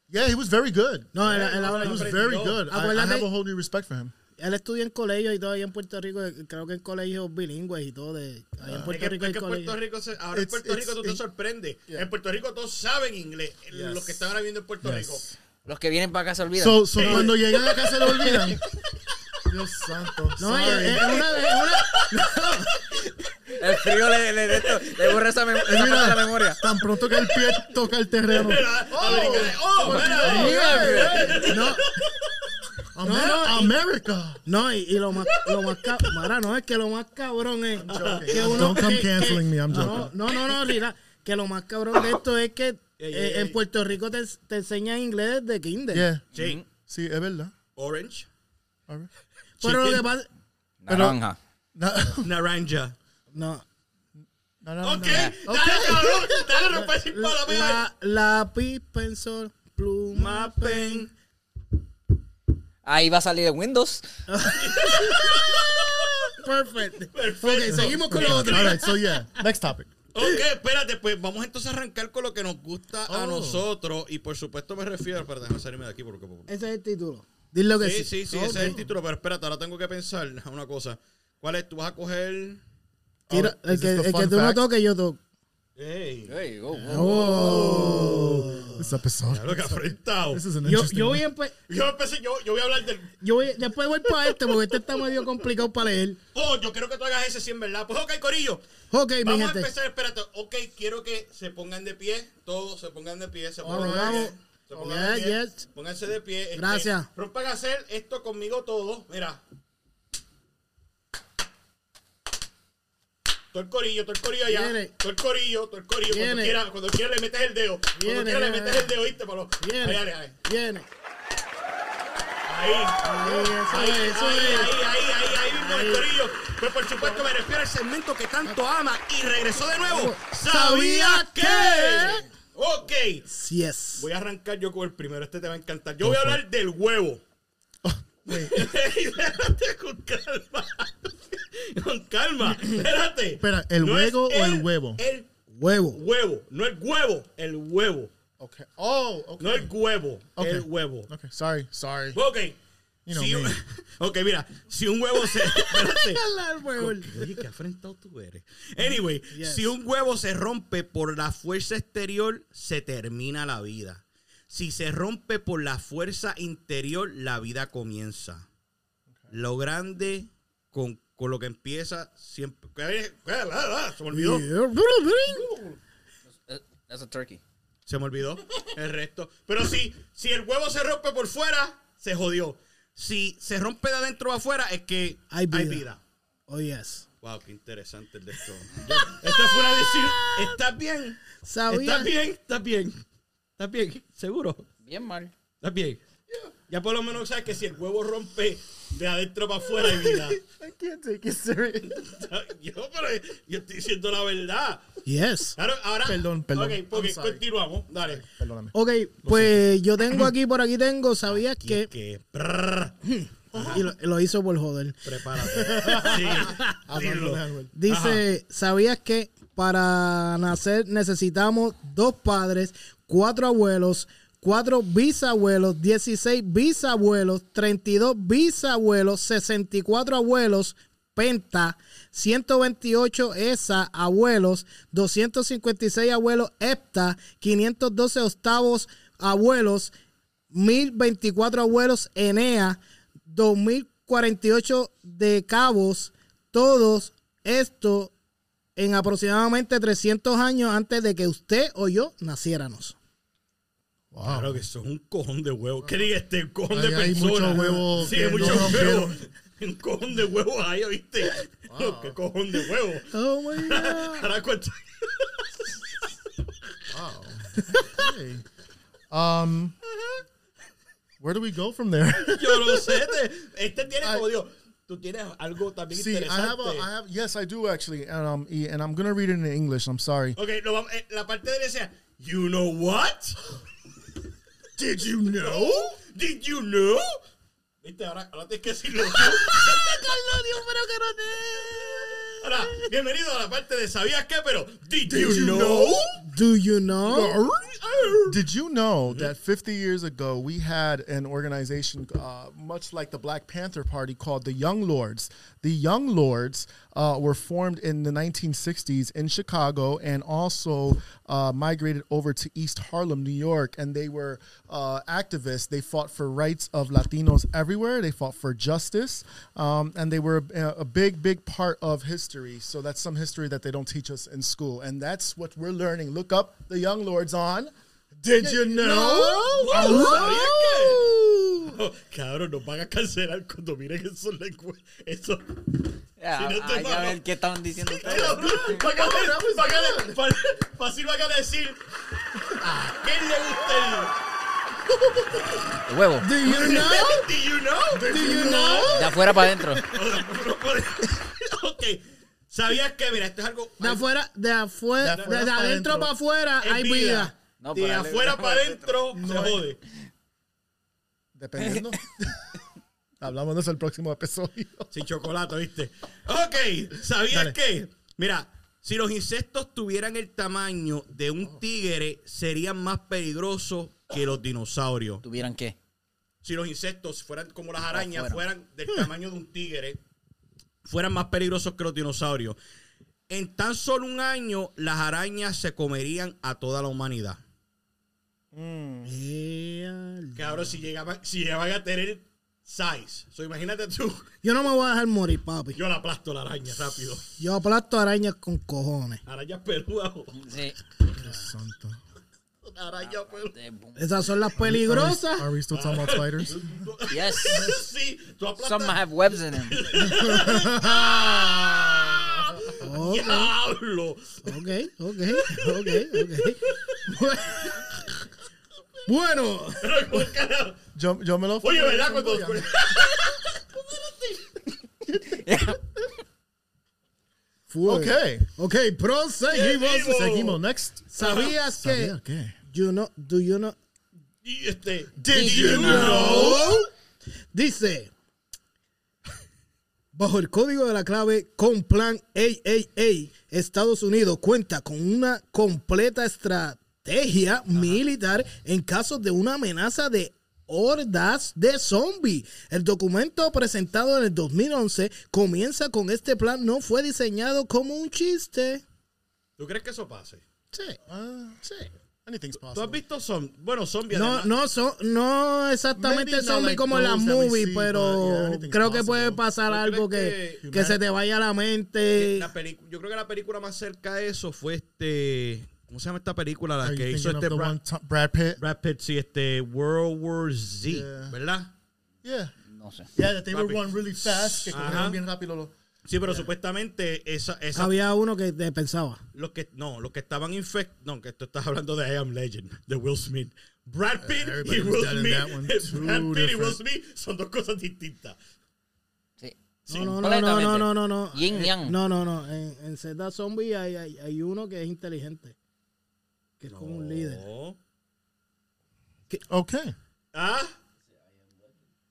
Speaker 4: Yeah, he was very good.
Speaker 6: No, él, él habla-
Speaker 4: He was very good. I, I have a
Speaker 6: Acuérdate,
Speaker 4: whole new respect for him.
Speaker 6: él estudia en colegios y todo allá en Puerto Rico, eh, creo que en colegios bilingües y todo. De, allá en
Speaker 3: Ah, Es
Speaker 6: Puerto
Speaker 3: que,
Speaker 6: Rico
Speaker 3: es
Speaker 6: hay
Speaker 3: que Puerto
Speaker 6: colegios.
Speaker 3: Rico se- ahora en
Speaker 4: It's-
Speaker 3: Puerto Rico
Speaker 4: it's-
Speaker 3: tú te
Speaker 4: it-
Speaker 3: sorprendes.
Speaker 4: Yeah.
Speaker 3: En Puerto Rico todos saben inglés. Los
Speaker 4: Yes.
Speaker 3: que están ahora viviendo en Puerto
Speaker 4: Yes.
Speaker 3: Rico.
Speaker 7: Los que vienen para acá se olvidan.
Speaker 4: So, so
Speaker 6: Eh.
Speaker 4: cuando llegan acá se lo olvidan. eh, Dios santo.
Speaker 6: No, es,
Speaker 4: sorry.
Speaker 6: es una, es una-
Speaker 7: el frío le, le, le, le borra esa, mem- esa parte de la memoria.
Speaker 4: Tan pronto que el pie toca el terreno.
Speaker 3: Americana- ¡Oh! mira!
Speaker 6: no,
Speaker 4: Amer-
Speaker 6: no, y-
Speaker 4: America.
Speaker 6: no, y, y lo más, lo más ca- Mara, no, es que lo más cabrón es que uno-
Speaker 4: Don't come
Speaker 6: que- que-
Speaker 4: canceling me, I'm
Speaker 6: no,
Speaker 4: joking.
Speaker 6: no, no, no, Rila, que lo más cabrón de esto es que eh, en Puerto Rico te, te enseñan inglés desde kinder.
Speaker 4: Yeah.
Speaker 3: Sí.
Speaker 4: Sí, es verdad.
Speaker 3: Orange.
Speaker 4: A ver.
Speaker 6: Pero lo
Speaker 3: Chicken.
Speaker 6: que pasa,
Speaker 7: Naranja.
Speaker 4: No,
Speaker 3: Naranja.
Speaker 6: no,
Speaker 4: no, no, no.
Speaker 3: Ok. Dale, cabrón. Dale, no puedes ir para la mía.
Speaker 6: Ah, la, lápiz, pensor, pluma, pen.
Speaker 7: Ahí va a salir el Windows.
Speaker 6: Perfect.
Speaker 3: Perfecto.
Speaker 6: Seguimos con lo otro.
Speaker 4: All right, so yeah. Oh, Next topic.
Speaker 3: Ok, espérate, pues vamos entonces a arrancar con lo que nos gusta
Speaker 6: Oh.
Speaker 3: a nosotros. Y por supuesto me refiero. Espérate, déjame salirme de aquí porque.
Speaker 6: Ese es el título. Dilo que
Speaker 3: Sí,
Speaker 6: Oh, sí.
Speaker 3: sí, sí, ese es el título. Pero espérate, ahora tengo que pensar una cosa. ¿Cuál es? Tú vas a coger.
Speaker 6: Tira-
Speaker 4: Oh, is this
Speaker 6: el que,
Speaker 4: the
Speaker 6: el que
Speaker 4: fun
Speaker 6: tú no
Speaker 4: fact?
Speaker 6: toques, yo toco.
Speaker 3: Ey.
Speaker 7: Hey, oh, oh.
Speaker 4: This episode.
Speaker 3: Claro que afrentado.
Speaker 4: Oh. This is an
Speaker 6: Yo,
Speaker 4: interesting
Speaker 6: yo
Speaker 4: one.
Speaker 6: voy a empe-
Speaker 3: Yo empecé, yo, yo voy a hablar del.
Speaker 6: yo voy- después voy para este porque este está medio complicado para leer.
Speaker 3: Oh, yo quiero que tú hagas ese 100, ¿verdad? Pues ok, Corillo.
Speaker 6: Ok, mi
Speaker 3: Vamos a
Speaker 6: gente.
Speaker 3: empezar, espérate. Ok, quiero que se pongan de pie. Todos se pongan de pie. Se pongan
Speaker 6: Alright.
Speaker 3: de pie. Se pongan de
Speaker 6: Yes,
Speaker 3: pie.
Speaker 6: yes.
Speaker 3: Pónganse de pie. Este,
Speaker 6: Gracias.
Speaker 3: Rompan a hacer esto conmigo todos. Mira. Todo el corillo, todo el corillo allá.
Speaker 6: Viene.
Speaker 3: Todo el corillo, todo el corillo. Cuando
Speaker 6: Viene.
Speaker 3: quiera, cuando quiera le metes el dedo.
Speaker 6: Viene,
Speaker 3: cuando quiera le
Speaker 6: viene,
Speaker 3: metes el dedo, ¿viste, Pablo? Ahí,
Speaker 6: Viene.
Speaker 3: ahí, ahí.
Speaker 6: Viene.
Speaker 3: Ahí, ahí,
Speaker 6: eso
Speaker 3: ahí,
Speaker 6: es, eso
Speaker 3: ahí,
Speaker 6: es.
Speaker 3: ahí, ahí, ahí, ahí mismo el corillo. Pues por supuesto me refiero al segmento que tanto ama y regresó de nuevo. ¿Sabía qué? Ok.
Speaker 6: Yes.
Speaker 3: Voy a arrancar yo con el primero, este te va a encantar. Yo voy a hablar del huevo. Espérate con calma. Con calma. Espérate.
Speaker 4: Espera, ¿el huevo
Speaker 3: es
Speaker 4: o el huevo?
Speaker 3: El
Speaker 6: Huevo.
Speaker 3: huevo. No el huevo, el huevo.
Speaker 4: Okay. Oh, okay.
Speaker 3: No el huevo,
Speaker 4: Ok.
Speaker 3: el huevo.
Speaker 4: Okay, sorry, sorry.
Speaker 3: Ok.
Speaker 4: You know
Speaker 3: Si
Speaker 4: me.
Speaker 3: un- ok, mira, si un huevo se. espérate.
Speaker 6: Al huevo.
Speaker 3: Oye, qué afrentado tú eres. Anyway, si un huevo se rompe por la fuerza exterior, se termina la vida. Si se rompe por la fuerza interior, la vida comienza. Lo grande con, con lo que empieza siempre. Se me olvidó.
Speaker 7: Eh, That's a turkey.
Speaker 3: Se me olvidó el resto. Pero si, si el huevo se rompe por fuera, se jodió. Si se rompe de adentro a afuera, es que
Speaker 6: Hay vida.
Speaker 3: Hay vida.
Speaker 6: Oh, yes.
Speaker 3: Wow, qué interesante el de esto. Esta fue una decisión. ¿Estás bien?
Speaker 6: Sabía.
Speaker 3: ¿Estás bien? ¿Estás bien? ¿Estás bien? ¿Seguro?
Speaker 7: Bien mal.
Speaker 3: ¿Estás bien? Ya por lo menos sabes que si el huevo rompe de adentro para afuera hay vida.
Speaker 4: I can't take it serious.
Speaker 3: Yo, pero yo estoy diciendo la verdad.
Speaker 6: Yes.
Speaker 3: Claro, ahora.
Speaker 4: Perdón, perdón.
Speaker 3: Ok, ok,
Speaker 4: I'm sorry.
Speaker 3: continuamos. Dale.
Speaker 4: Perdóname.
Speaker 6: Ok, pues yo tengo aquí, por aquí tengo, ¿sabías que?
Speaker 3: Que. prrr,
Speaker 6: Y lo, lo hizo por joder.
Speaker 3: prepárate. Sí.
Speaker 4: Hablando de Anuel.
Speaker 6: Dice, ¿sabías que para nacer necesitamos dos padres, cuatro abuelos, cuatro bisabuelos, 16 bisabuelos, 32 bisabuelos, 64 abuelos, penta, 128 esa abuelos, 256 abuelos hepta, 512 octavos abuelos, 1024 abuelos Enea, 2048 de cabos, todos esto en aproximadamente 300 años antes de que usted o yo naciéramos.
Speaker 4: Wow.
Speaker 3: Claro que son un cojón de huevo. ¿Qué diga este? Un cojón
Speaker 4: Hay-
Speaker 3: de
Speaker 4: hay
Speaker 3: personas.
Speaker 4: mucho huevo
Speaker 3: Sí,
Speaker 4: que
Speaker 3: hay mucho
Speaker 4: no
Speaker 3: huevo. Un cojón de huevo ahí, ¿viste?
Speaker 4: Ah.
Speaker 3: ¿Qué cojón de huevo?
Speaker 6: Oh my God.
Speaker 3: Ahora cuenta.
Speaker 4: Okay. Um, where do we go from there?
Speaker 3: Yo no sé. te- Este tiene como Dios. Tú tienes algo también
Speaker 4: See, I have,
Speaker 3: interesante.
Speaker 4: a, I have, yes, I do actually, and um, e- and I'm gonna read it in English. I'm sorry.
Speaker 3: Ok, lo vamos- eh, la parte de él decía, You know what? Did you know? Did you know? Viste, ahora, ahora tienes que decirlo tú. Ahora, bienvenido a la parte de ¿Sabías qué? Pero, ¿Did you, know?
Speaker 6: Do you know?
Speaker 4: Did you know that 50 years ago we had an organization uh, much like the Black Panther Party called the Young Lords? The Young Lords uh, were formed in the 1960s in Chicago and also uh, migrated over to East Harlem, New York, and they were uh, activists. They fought for rights of Latinos everywhere. They fought for justice, um, and they were a, a big, big part of history. So that's some history that they don't teach us in school, and that's what we're learning. Look up the Young Lords on. Did you know?
Speaker 3: Oh, cabrón, nos van a cancelar cuando miren eso. lengu- Eso.
Speaker 6: Ah,
Speaker 8: Ya,
Speaker 3: Si no te
Speaker 8: hay que
Speaker 3: mamo.
Speaker 8: ver qué estaban diciendo ustedes.
Speaker 3: Para fácil van a decir. ¿A quién le gusta
Speaker 8: Huevo,
Speaker 4: Do you
Speaker 3: el.
Speaker 4: know?
Speaker 3: ¿Do you know? ¿Do you
Speaker 8: de afuera para adentro.
Speaker 3: know? ok. ¿Sabías que? Mira, esto es algo.
Speaker 6: De afuera, de
Speaker 4: De
Speaker 6: afuera, de,
Speaker 4: afuera para
Speaker 6: adentro
Speaker 4: adentro.
Speaker 6: para afuera
Speaker 3: es
Speaker 6: hay vida.
Speaker 8: No,
Speaker 3: de
Speaker 8: para-
Speaker 3: afuera para adentro se jode.
Speaker 4: Dependiendo. Hablamos de eso el próximo episodio.
Speaker 3: Sin chocolate, ¿viste? Ok, ¿sabías qué? Mira, si los insectos tuvieran el tamaño de un tigre, serían más peligrosos que los dinosaurios.
Speaker 8: ¿Tuvieran qué?
Speaker 3: Si los insectos fueran como las arañas,
Speaker 8: fueran.
Speaker 3: fueran del tamaño de un tigre, fueran más peligrosos que los dinosaurios. En tan solo un año, las arañas se comerían a toda la humanidad.
Speaker 6: Eh,
Speaker 3: Cabrón, si llegaban, si llegaban a tener size. So, imagínate tú,
Speaker 6: Yo no me voy a dejar morir, papi.
Speaker 3: yo la aplasto la araña rápido.
Speaker 6: Yo aplasto arañas con cojones.
Speaker 3: Araña peluda. jo.
Speaker 8: Sí.
Speaker 4: Santo.
Speaker 3: Araña peluda.
Speaker 8: De- boom.
Speaker 6: Esas son las
Speaker 4: Are we-
Speaker 6: peligrosas.
Speaker 4: Are we still talking about spiders?
Speaker 8: Yes.
Speaker 3: Sí, tú aplastas.
Speaker 8: Some have webs in them.
Speaker 3: ¡Ah!
Speaker 6: Ok,
Speaker 3: ¡Diablo!
Speaker 6: ok, ok, ok, ok. Bueno,
Speaker 3: Pero, ¿cómo carajo?
Speaker 4: Yo, yo me lo
Speaker 3: Oye, ¿verdad? Cuando.
Speaker 6: fue.
Speaker 4: Ok.
Speaker 6: Ok, proseguimos.
Speaker 3: Seguimos.
Speaker 4: Seguimos. Next.
Speaker 6: ¿Sabías que?
Speaker 4: Ah, ¿Sabía qué?
Speaker 6: You know, do you know?
Speaker 3: Y este.
Speaker 6: Did
Speaker 8: you
Speaker 6: know? Dice, bajo el código de la clave con plan AAA, Estados Unidos cuenta con una completa estrategia militar en caso de una amenaza de hordas de zombies. El documento presentado en el 2011 comienza con este plan no fue diseñado como un chiste.
Speaker 3: ¿Tú crees que eso pase?
Speaker 4: Sí. Ah, sí. Anything's
Speaker 3: ¿Tú has
Speaker 4: possible.
Speaker 3: visto zombies? Bueno, zombies.
Speaker 6: No,
Speaker 3: además-
Speaker 6: no, son, no exactamente
Speaker 4: Maybe not
Speaker 6: zombie
Speaker 4: like
Speaker 6: como en las
Speaker 4: those that we
Speaker 6: movies,
Speaker 4: see, but, yeah,
Speaker 6: pero
Speaker 4: anything's
Speaker 6: creo que
Speaker 4: possible.
Speaker 6: puede pasar
Speaker 3: ¿No
Speaker 6: algo
Speaker 3: crees
Speaker 6: que,
Speaker 3: que Eh,
Speaker 6: que se te vaya a la mente.
Speaker 3: La peli- yo creo que la película más cerca a eso fue este. ¿Cómo se llama esta película? La
Speaker 4: Are
Speaker 3: que
Speaker 4: you
Speaker 3: hizo
Speaker 4: thinking of
Speaker 3: este
Speaker 4: the
Speaker 3: Brad,
Speaker 4: one Tom- Brad Pitt?
Speaker 3: Brad Pitt, sí, este World War Z,
Speaker 4: Yeah.
Speaker 3: ¿verdad?
Speaker 4: Yeah.
Speaker 8: No sé.
Speaker 4: Yeah, that they were
Speaker 3: Rápido.
Speaker 4: run really fast. Que
Speaker 3: Ajá.
Speaker 4: cogieron bien rápido. lo-
Speaker 3: Sí, pero supuestamente esa, esa
Speaker 6: Había uno que te pensaba.
Speaker 3: los que no, los que estaban infectados, no, que tú estás hablando de I Am Legend, de Will Smith. Brad Pitt y
Speaker 4: everybody was
Speaker 3: Will
Speaker 4: dead in that one.
Speaker 3: Smith. Brad
Speaker 4: Two
Speaker 3: Pitt y Will
Speaker 4: different-
Speaker 3: Smith son dos cosas distintas.
Speaker 8: Sí.
Speaker 6: No, no, no, no, no, no, no, no.
Speaker 8: Yin
Speaker 6: Eh,
Speaker 8: yang.
Speaker 6: No, no, no. En, en Z Zombie hay, hay, hay uno que es inteligente. Que es como
Speaker 3: Oh.
Speaker 6: un líder.
Speaker 3: No.
Speaker 4: Okay.
Speaker 3: Ah.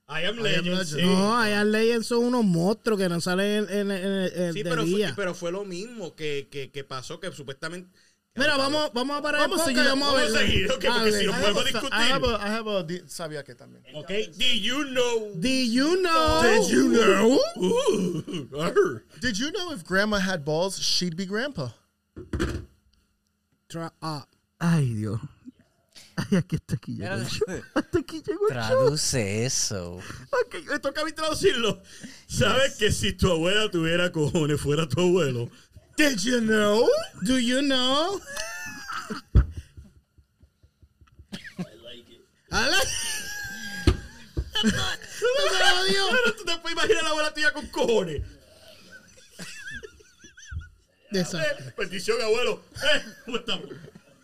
Speaker 3: I Am
Speaker 4: Am
Speaker 3: Legend.
Speaker 4: Legend.
Speaker 3: sí.
Speaker 6: No, allá leyes son unos monstruos que no salen en, en, en- en-
Speaker 3: Sí,
Speaker 6: de
Speaker 3: pero
Speaker 6: día.
Speaker 3: fue, pero fue lo mismo que, que, que pasó, que supuestamente.
Speaker 6: Mira, vamos, vamos a parar
Speaker 4: Vamos a
Speaker 6: el
Speaker 4: seguir,
Speaker 6: podcast y vamos a
Speaker 3: vamos a
Speaker 6: verlo.
Speaker 3: seguir, ok,
Speaker 6: A
Speaker 3: porque
Speaker 6: ver.
Speaker 3: si no-
Speaker 4: I
Speaker 3: vuelvo a
Speaker 4: have a-
Speaker 3: discutir.
Speaker 4: I
Speaker 6: pues.
Speaker 4: have a- I have a di- Sabía que también.
Speaker 3: Ok, did you know?
Speaker 6: Did you know?
Speaker 3: know? Ooh, uh, arr.
Speaker 4: Did you know if grandma had balls, she'd be grandpa?
Speaker 6: Tra- ah.
Speaker 9: Ay, Dios. Ay, aquí está aquí llegó.
Speaker 8: Espérate.
Speaker 9: Hasta aquí llegó el show.
Speaker 8: Traduce eso.
Speaker 3: Ok, me toca a mí traducirlo. ¿Sabes que si tu abuela tuviera cojones, fuera tu abuelo?
Speaker 6: Did you know? Do you know? I like it.
Speaker 3: Pero tú te puedes imaginar a la abuela tuya con cojones.
Speaker 6: Exacto.
Speaker 3: Eh, Bendición, abuelo. Eh, ¿cómo estamos?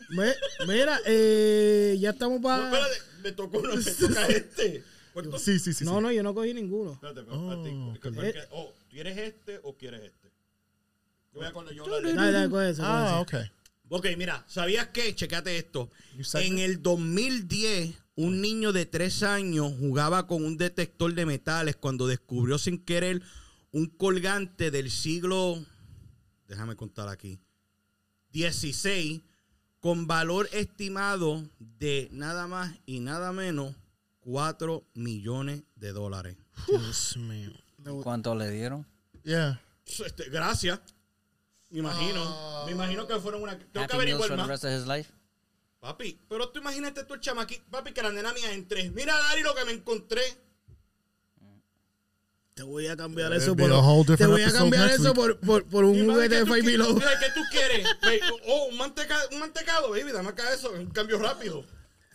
Speaker 6: Me- Mira, eh, ya estamos
Speaker 3: No,
Speaker 6: para.
Speaker 3: espérate, me tocó uno, me toca este. Oh, ¿Cuánto?
Speaker 4: Sí, sí, sí.
Speaker 6: No,
Speaker 4: sí.
Speaker 6: no, yo no cogí ninguno.
Speaker 3: Espérate, pero a ti, ¿cuál- cuál- cuál- oh, ¿Quieres este o quieres este? Yo voy a cuando yo la lea.
Speaker 6: Dale, dale, coge ese, coge ese.
Speaker 4: Ah, okay.
Speaker 3: Ok, mira, ¿sabías qué? Checate esto.
Speaker 4: You said
Speaker 3: En
Speaker 4: that?
Speaker 3: el 2010, Un niño de tres años jugaba con un detector de metales cuando descubrió sin querer un colgante del siglo, déjame contar aquí, 16, con valor estimado de nada más y nada menos 4 millones de dólares.
Speaker 4: Dios mío.
Speaker 7: ¿Cuánto le dieron?
Speaker 4: Yeah.
Speaker 3: Este, gracias. Me imagino. Me imagino que fueron una. Tengo que
Speaker 7: Happy meals
Speaker 3: averiguar
Speaker 7: for the
Speaker 3: más.
Speaker 7: rest of his life.
Speaker 3: Papi, pero tú imagínate tú el chamaquito. Papi, que la nena mía entré. Mira, Dari, lo que me encontré.
Speaker 6: Te voy a cambiar
Speaker 4: That'd
Speaker 6: eso
Speaker 4: be a whole
Speaker 6: por. Te
Speaker 4: different
Speaker 6: voy a
Speaker 4: episode
Speaker 6: cambiar
Speaker 4: next
Speaker 6: eso
Speaker 4: week.
Speaker 6: por, por, por un
Speaker 3: Y, papi,
Speaker 6: juguete
Speaker 3: ¿qué
Speaker 6: de
Speaker 3: tú
Speaker 6: Five
Speaker 3: qui-
Speaker 6: Below.
Speaker 3: Mira, ¿Qué tú quieres? Ve, Oh, un, manteca- un mantecado, baby. Dame acá eso. Un cambio rápido.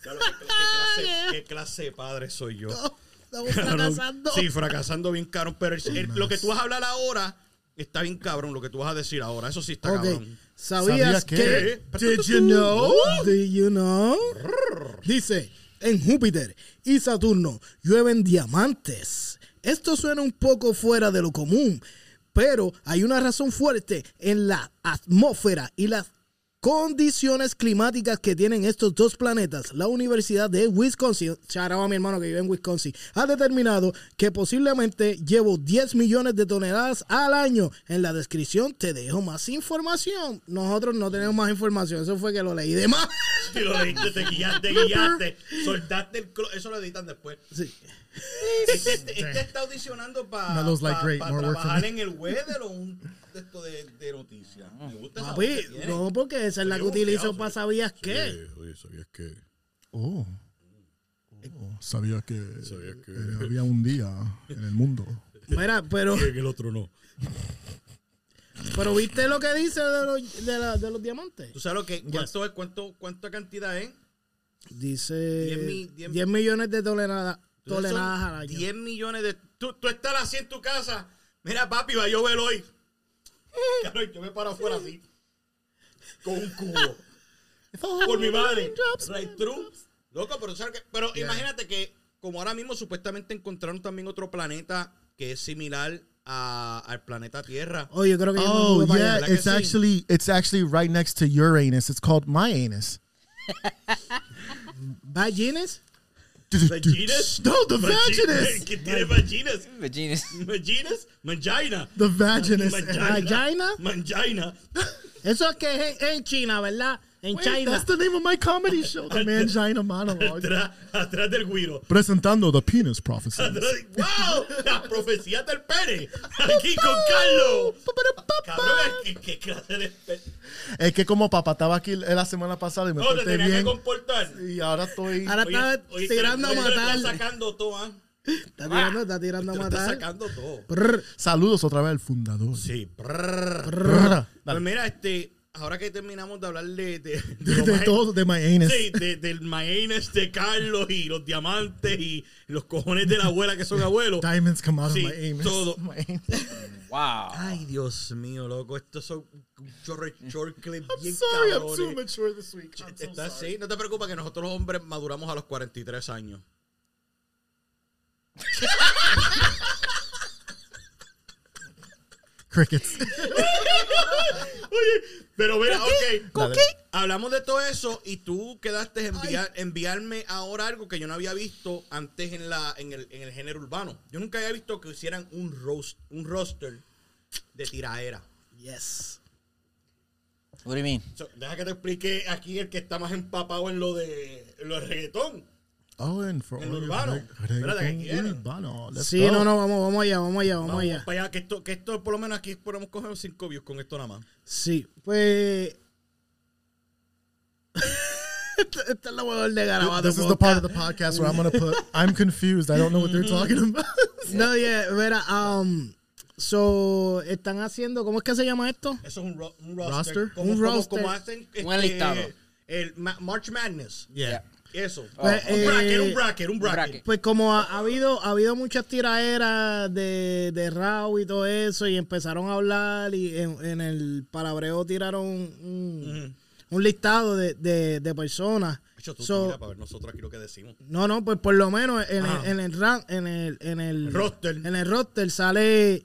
Speaker 3: Claro, ¿qué, cla- qué clase, qué clase de padre soy yo?
Speaker 6: Estamos
Speaker 3: Claro,
Speaker 6: fracasando.
Speaker 3: Sí, fracasando bien caro. Pero el- el- lo que tú vas a hablar ahora está bien cabrón. Lo que tú vas a decir ahora. Eso sí está
Speaker 6: Ok.
Speaker 3: cabrón.
Speaker 6: ¿Sabías
Speaker 4: ¿Sabías
Speaker 6: que?
Speaker 3: que?
Speaker 6: Did you know?
Speaker 3: Oh,
Speaker 6: Did you know? Dice, en Júpiter y Saturno llueven diamantes. Esto suena un poco fuera de lo común, pero hay una razón fuerte en la atmósfera y las condiciones climáticas que tienen estos dos planetas. La Universidad de Wisconsin, charao a mi hermano que vive en Wisconsin, ha determinado que posiblemente llevo 10 millones de toneladas al año. En la descripción te dejo más información. Nosotros no tenemos más información, eso fue que lo leí de más.
Speaker 3: Y lo leíste, te guiaste, guiaste. Soltaste el clo- Eso lo editan después.
Speaker 6: Sí.
Speaker 3: Este, este está audicionando para
Speaker 4: Mellows like great, more work for
Speaker 3: trabajar
Speaker 4: me.
Speaker 3: en el weather o un texto de, de noticias. Me gusta
Speaker 4: Ah,
Speaker 3: esa
Speaker 6: Papi,
Speaker 3: voz
Speaker 4: pues,
Speaker 3: que tiene.
Speaker 6: no, porque esa es la que
Speaker 3: Yo
Speaker 6: utilizo
Speaker 3: bufiado,
Speaker 6: para
Speaker 3: sí.
Speaker 6: sabías qué.
Speaker 3: Eh, oye, ¿sabías que?
Speaker 4: Oh. Oh, Sabía que eh, había un día en el mundo.
Speaker 6: Mira, pero,
Speaker 3: En el otro no.
Speaker 6: pero viste lo que dice de los, de la- de los diamantes.
Speaker 3: ¿Tú sabes lo que? ¿Cuánto es? ¿Cuánto, cuánta cantidad es?
Speaker 6: Dice
Speaker 3: Diez mi-
Speaker 6: 10,
Speaker 3: diez-
Speaker 6: millones de toneladas,
Speaker 3: Entonces, son
Speaker 6: toneladas al año.
Speaker 3: 10 millones de. Tú, tú estás así en tu casa. Mira, papi, va a llover hoy. Claro, yo me paro afuera así. Con un cubo. Por mi madre. Right through. Loco, pero, ¿sabes qué? pero imagínate que, como ahora mismo supuestamente encontraron también otro planeta que es similar a- al planeta Tierra.
Speaker 6: Oh, yo creo que yo me
Speaker 4: Oh
Speaker 6: mudo para
Speaker 4: yeah,
Speaker 6: allá.
Speaker 4: it's
Speaker 3: sí?
Speaker 4: actually it's actually right next to your anus. It's called my anus.
Speaker 6: ¿Vagines?
Speaker 3: ¿Vaginas?
Speaker 4: No, the
Speaker 3: Vaginas.
Speaker 4: vaginas.
Speaker 3: ¿Qué tiene vaginas?
Speaker 6: Pues
Speaker 7: Virginia.
Speaker 3: ¿Vaginas? Mangina.
Speaker 4: The vaginas.
Speaker 3: Mangina.
Speaker 6: Vagina.
Speaker 3: Mangina.
Speaker 6: Eso es que es en, en China, ¿verdad? En
Speaker 3: Pues,
Speaker 4: Wait,
Speaker 6: China.
Speaker 4: that's the name of my comedy show, The Mangina Monologue.
Speaker 3: Atrás, atrás del guiro.
Speaker 4: Presentando the penis prophecy.
Speaker 3: ¡Wow! Las profecías del pene. Aquí con Carlos. Cabrón, ¿qué, qué clase de pe-
Speaker 4: Es que como papá estaba aquí la semana pasada y me
Speaker 3: No, te
Speaker 4: porté
Speaker 3: tenías que
Speaker 4: bien
Speaker 3: comportar.
Speaker 4: y ahora estoy
Speaker 6: Ahora está
Speaker 3: te-
Speaker 6: tirando a
Speaker 3: oye, te
Speaker 6: matar.
Speaker 3: Está sacando todo, ¿ah?
Speaker 6: Está tirando, está tirando a
Speaker 3: Te Está
Speaker 6: matar.
Speaker 3: sacando todo.
Speaker 6: Prr.
Speaker 4: Saludos otra vez al fundador.
Speaker 3: Sí. brrr.
Speaker 4: Brr.
Speaker 3: Pues mira, este, ahora que terminamos de hablar de, de,
Speaker 4: De, de todo, de my anus.
Speaker 3: Sí, de- del maínes de Carlos y los diamantes y los cojones de la abuela que son abuelos.
Speaker 4: Diamonds come out
Speaker 3: Sí,
Speaker 4: of my anus.
Speaker 3: todo.
Speaker 4: My anus.
Speaker 7: Wow.
Speaker 3: Ay, Dios mío, loco. Estos son un chorro de short clip
Speaker 4: I'm
Speaker 3: bien
Speaker 4: sorry, I'm
Speaker 3: cabrones.
Speaker 4: too mature this week. I'm so
Speaker 3: Está
Speaker 4: sorry.
Speaker 3: así. No te preocupes que nosotros los hombres maduramos a los 43 años.
Speaker 4: Crickets.
Speaker 3: Oye, pero mira, ok.
Speaker 4: Dale.
Speaker 3: Hablamos de todo eso y tú quedaste en enviar, enviarme ahora algo que yo no había visto antes en la en el, en el género urbano. Yo nunca había visto que hicieran un roast, un roster de tiraera.
Speaker 6: Yes.
Speaker 7: What do you mean?
Speaker 3: So, deja que te explique aquí el que está más empapado en lo de en lo de reggaetón.
Speaker 4: Owen, Oh, for
Speaker 3: El
Speaker 4: all your
Speaker 3: urbano.
Speaker 4: reg-
Speaker 3: Espérate, que
Speaker 4: reggaetón
Speaker 3: quieren.
Speaker 4: urbano. Let's
Speaker 6: Sí,
Speaker 4: go.
Speaker 6: no, no, vamos, vamos allá, vamos allá, vamos allá.
Speaker 3: Para allá, que esto, que esto por lo menos aquí podemos coger cinco views con esto nada más.
Speaker 6: Sí, pues. Esta esta es la mejor de garabato.
Speaker 4: This is the part of the podcast where I'm gonna put. I'm confused. I don't know what they're talking
Speaker 3: Mm-hmm.
Speaker 4: about.
Speaker 6: No, yeah, mira, um, so, están haciendo, ¿cómo es que se llama esto?
Speaker 3: Eso es un, ro- un roster.
Speaker 4: Roster.
Speaker 3: Como,
Speaker 6: Un
Speaker 3: como-
Speaker 6: roster.
Speaker 3: como hacen este,
Speaker 7: Un listado.
Speaker 3: el Ma- March Madness.
Speaker 7: Yeah.
Speaker 3: Eso.
Speaker 6: Pues,
Speaker 3: un bracket,
Speaker 6: eh,
Speaker 3: un bracket, un bracket.
Speaker 7: bracket.
Speaker 6: Pues como ha, ha habido ha habido muchas tiraeras de, de Raw y todo eso, y empezaron a hablar, y en, en el palabreo tiraron un, un listado de, de, de personas.
Speaker 3: De hecho, tú, tú
Speaker 6: So,
Speaker 3: mira para ver nosotros aquí lo que decimos.
Speaker 6: no, no, pues por lo menos en
Speaker 3: Ajá.
Speaker 6: el, en el, ran- en el, en el
Speaker 3: Roster.
Speaker 6: En el roster sale.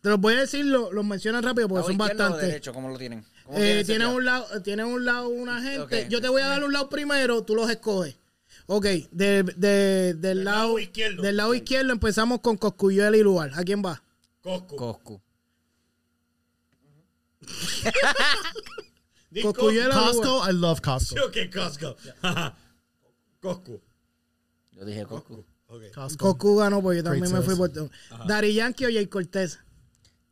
Speaker 6: Te los voy a decir, lo- los menciono rápido porque
Speaker 7: ¿Lado
Speaker 6: Pues son
Speaker 7: izquierdo o
Speaker 6: bastantes.
Speaker 7: derecho? ¿Cómo lo tienen? ¿Cómo
Speaker 6: Eh,
Speaker 7: ese
Speaker 6: tiene
Speaker 7: plan?
Speaker 6: un lado, tiene un lado una gente.
Speaker 7: Ok.
Speaker 6: Yo te voy a dar un lado primero, tú los escoges. Ok, de- de- del, lado,
Speaker 3: lado izquierdo.
Speaker 6: del lado izquierdo empezamos con Coscuyuela y Lugar. ¿A quién va?
Speaker 3: Coscu.
Speaker 7: Coscu.
Speaker 3: Di
Speaker 6: Coscuyuela y Lugar.
Speaker 4: Costco, I love Costco.
Speaker 3: Coscu. que Costco. Coscu.
Speaker 7: Yo dije Coscu.
Speaker 3: Ok.
Speaker 4: Costco.
Speaker 6: Coscu ganó, porque yo
Speaker 4: Great
Speaker 6: también me fui por...
Speaker 4: sales.
Speaker 6: Dari Yankee o Jay Cortés.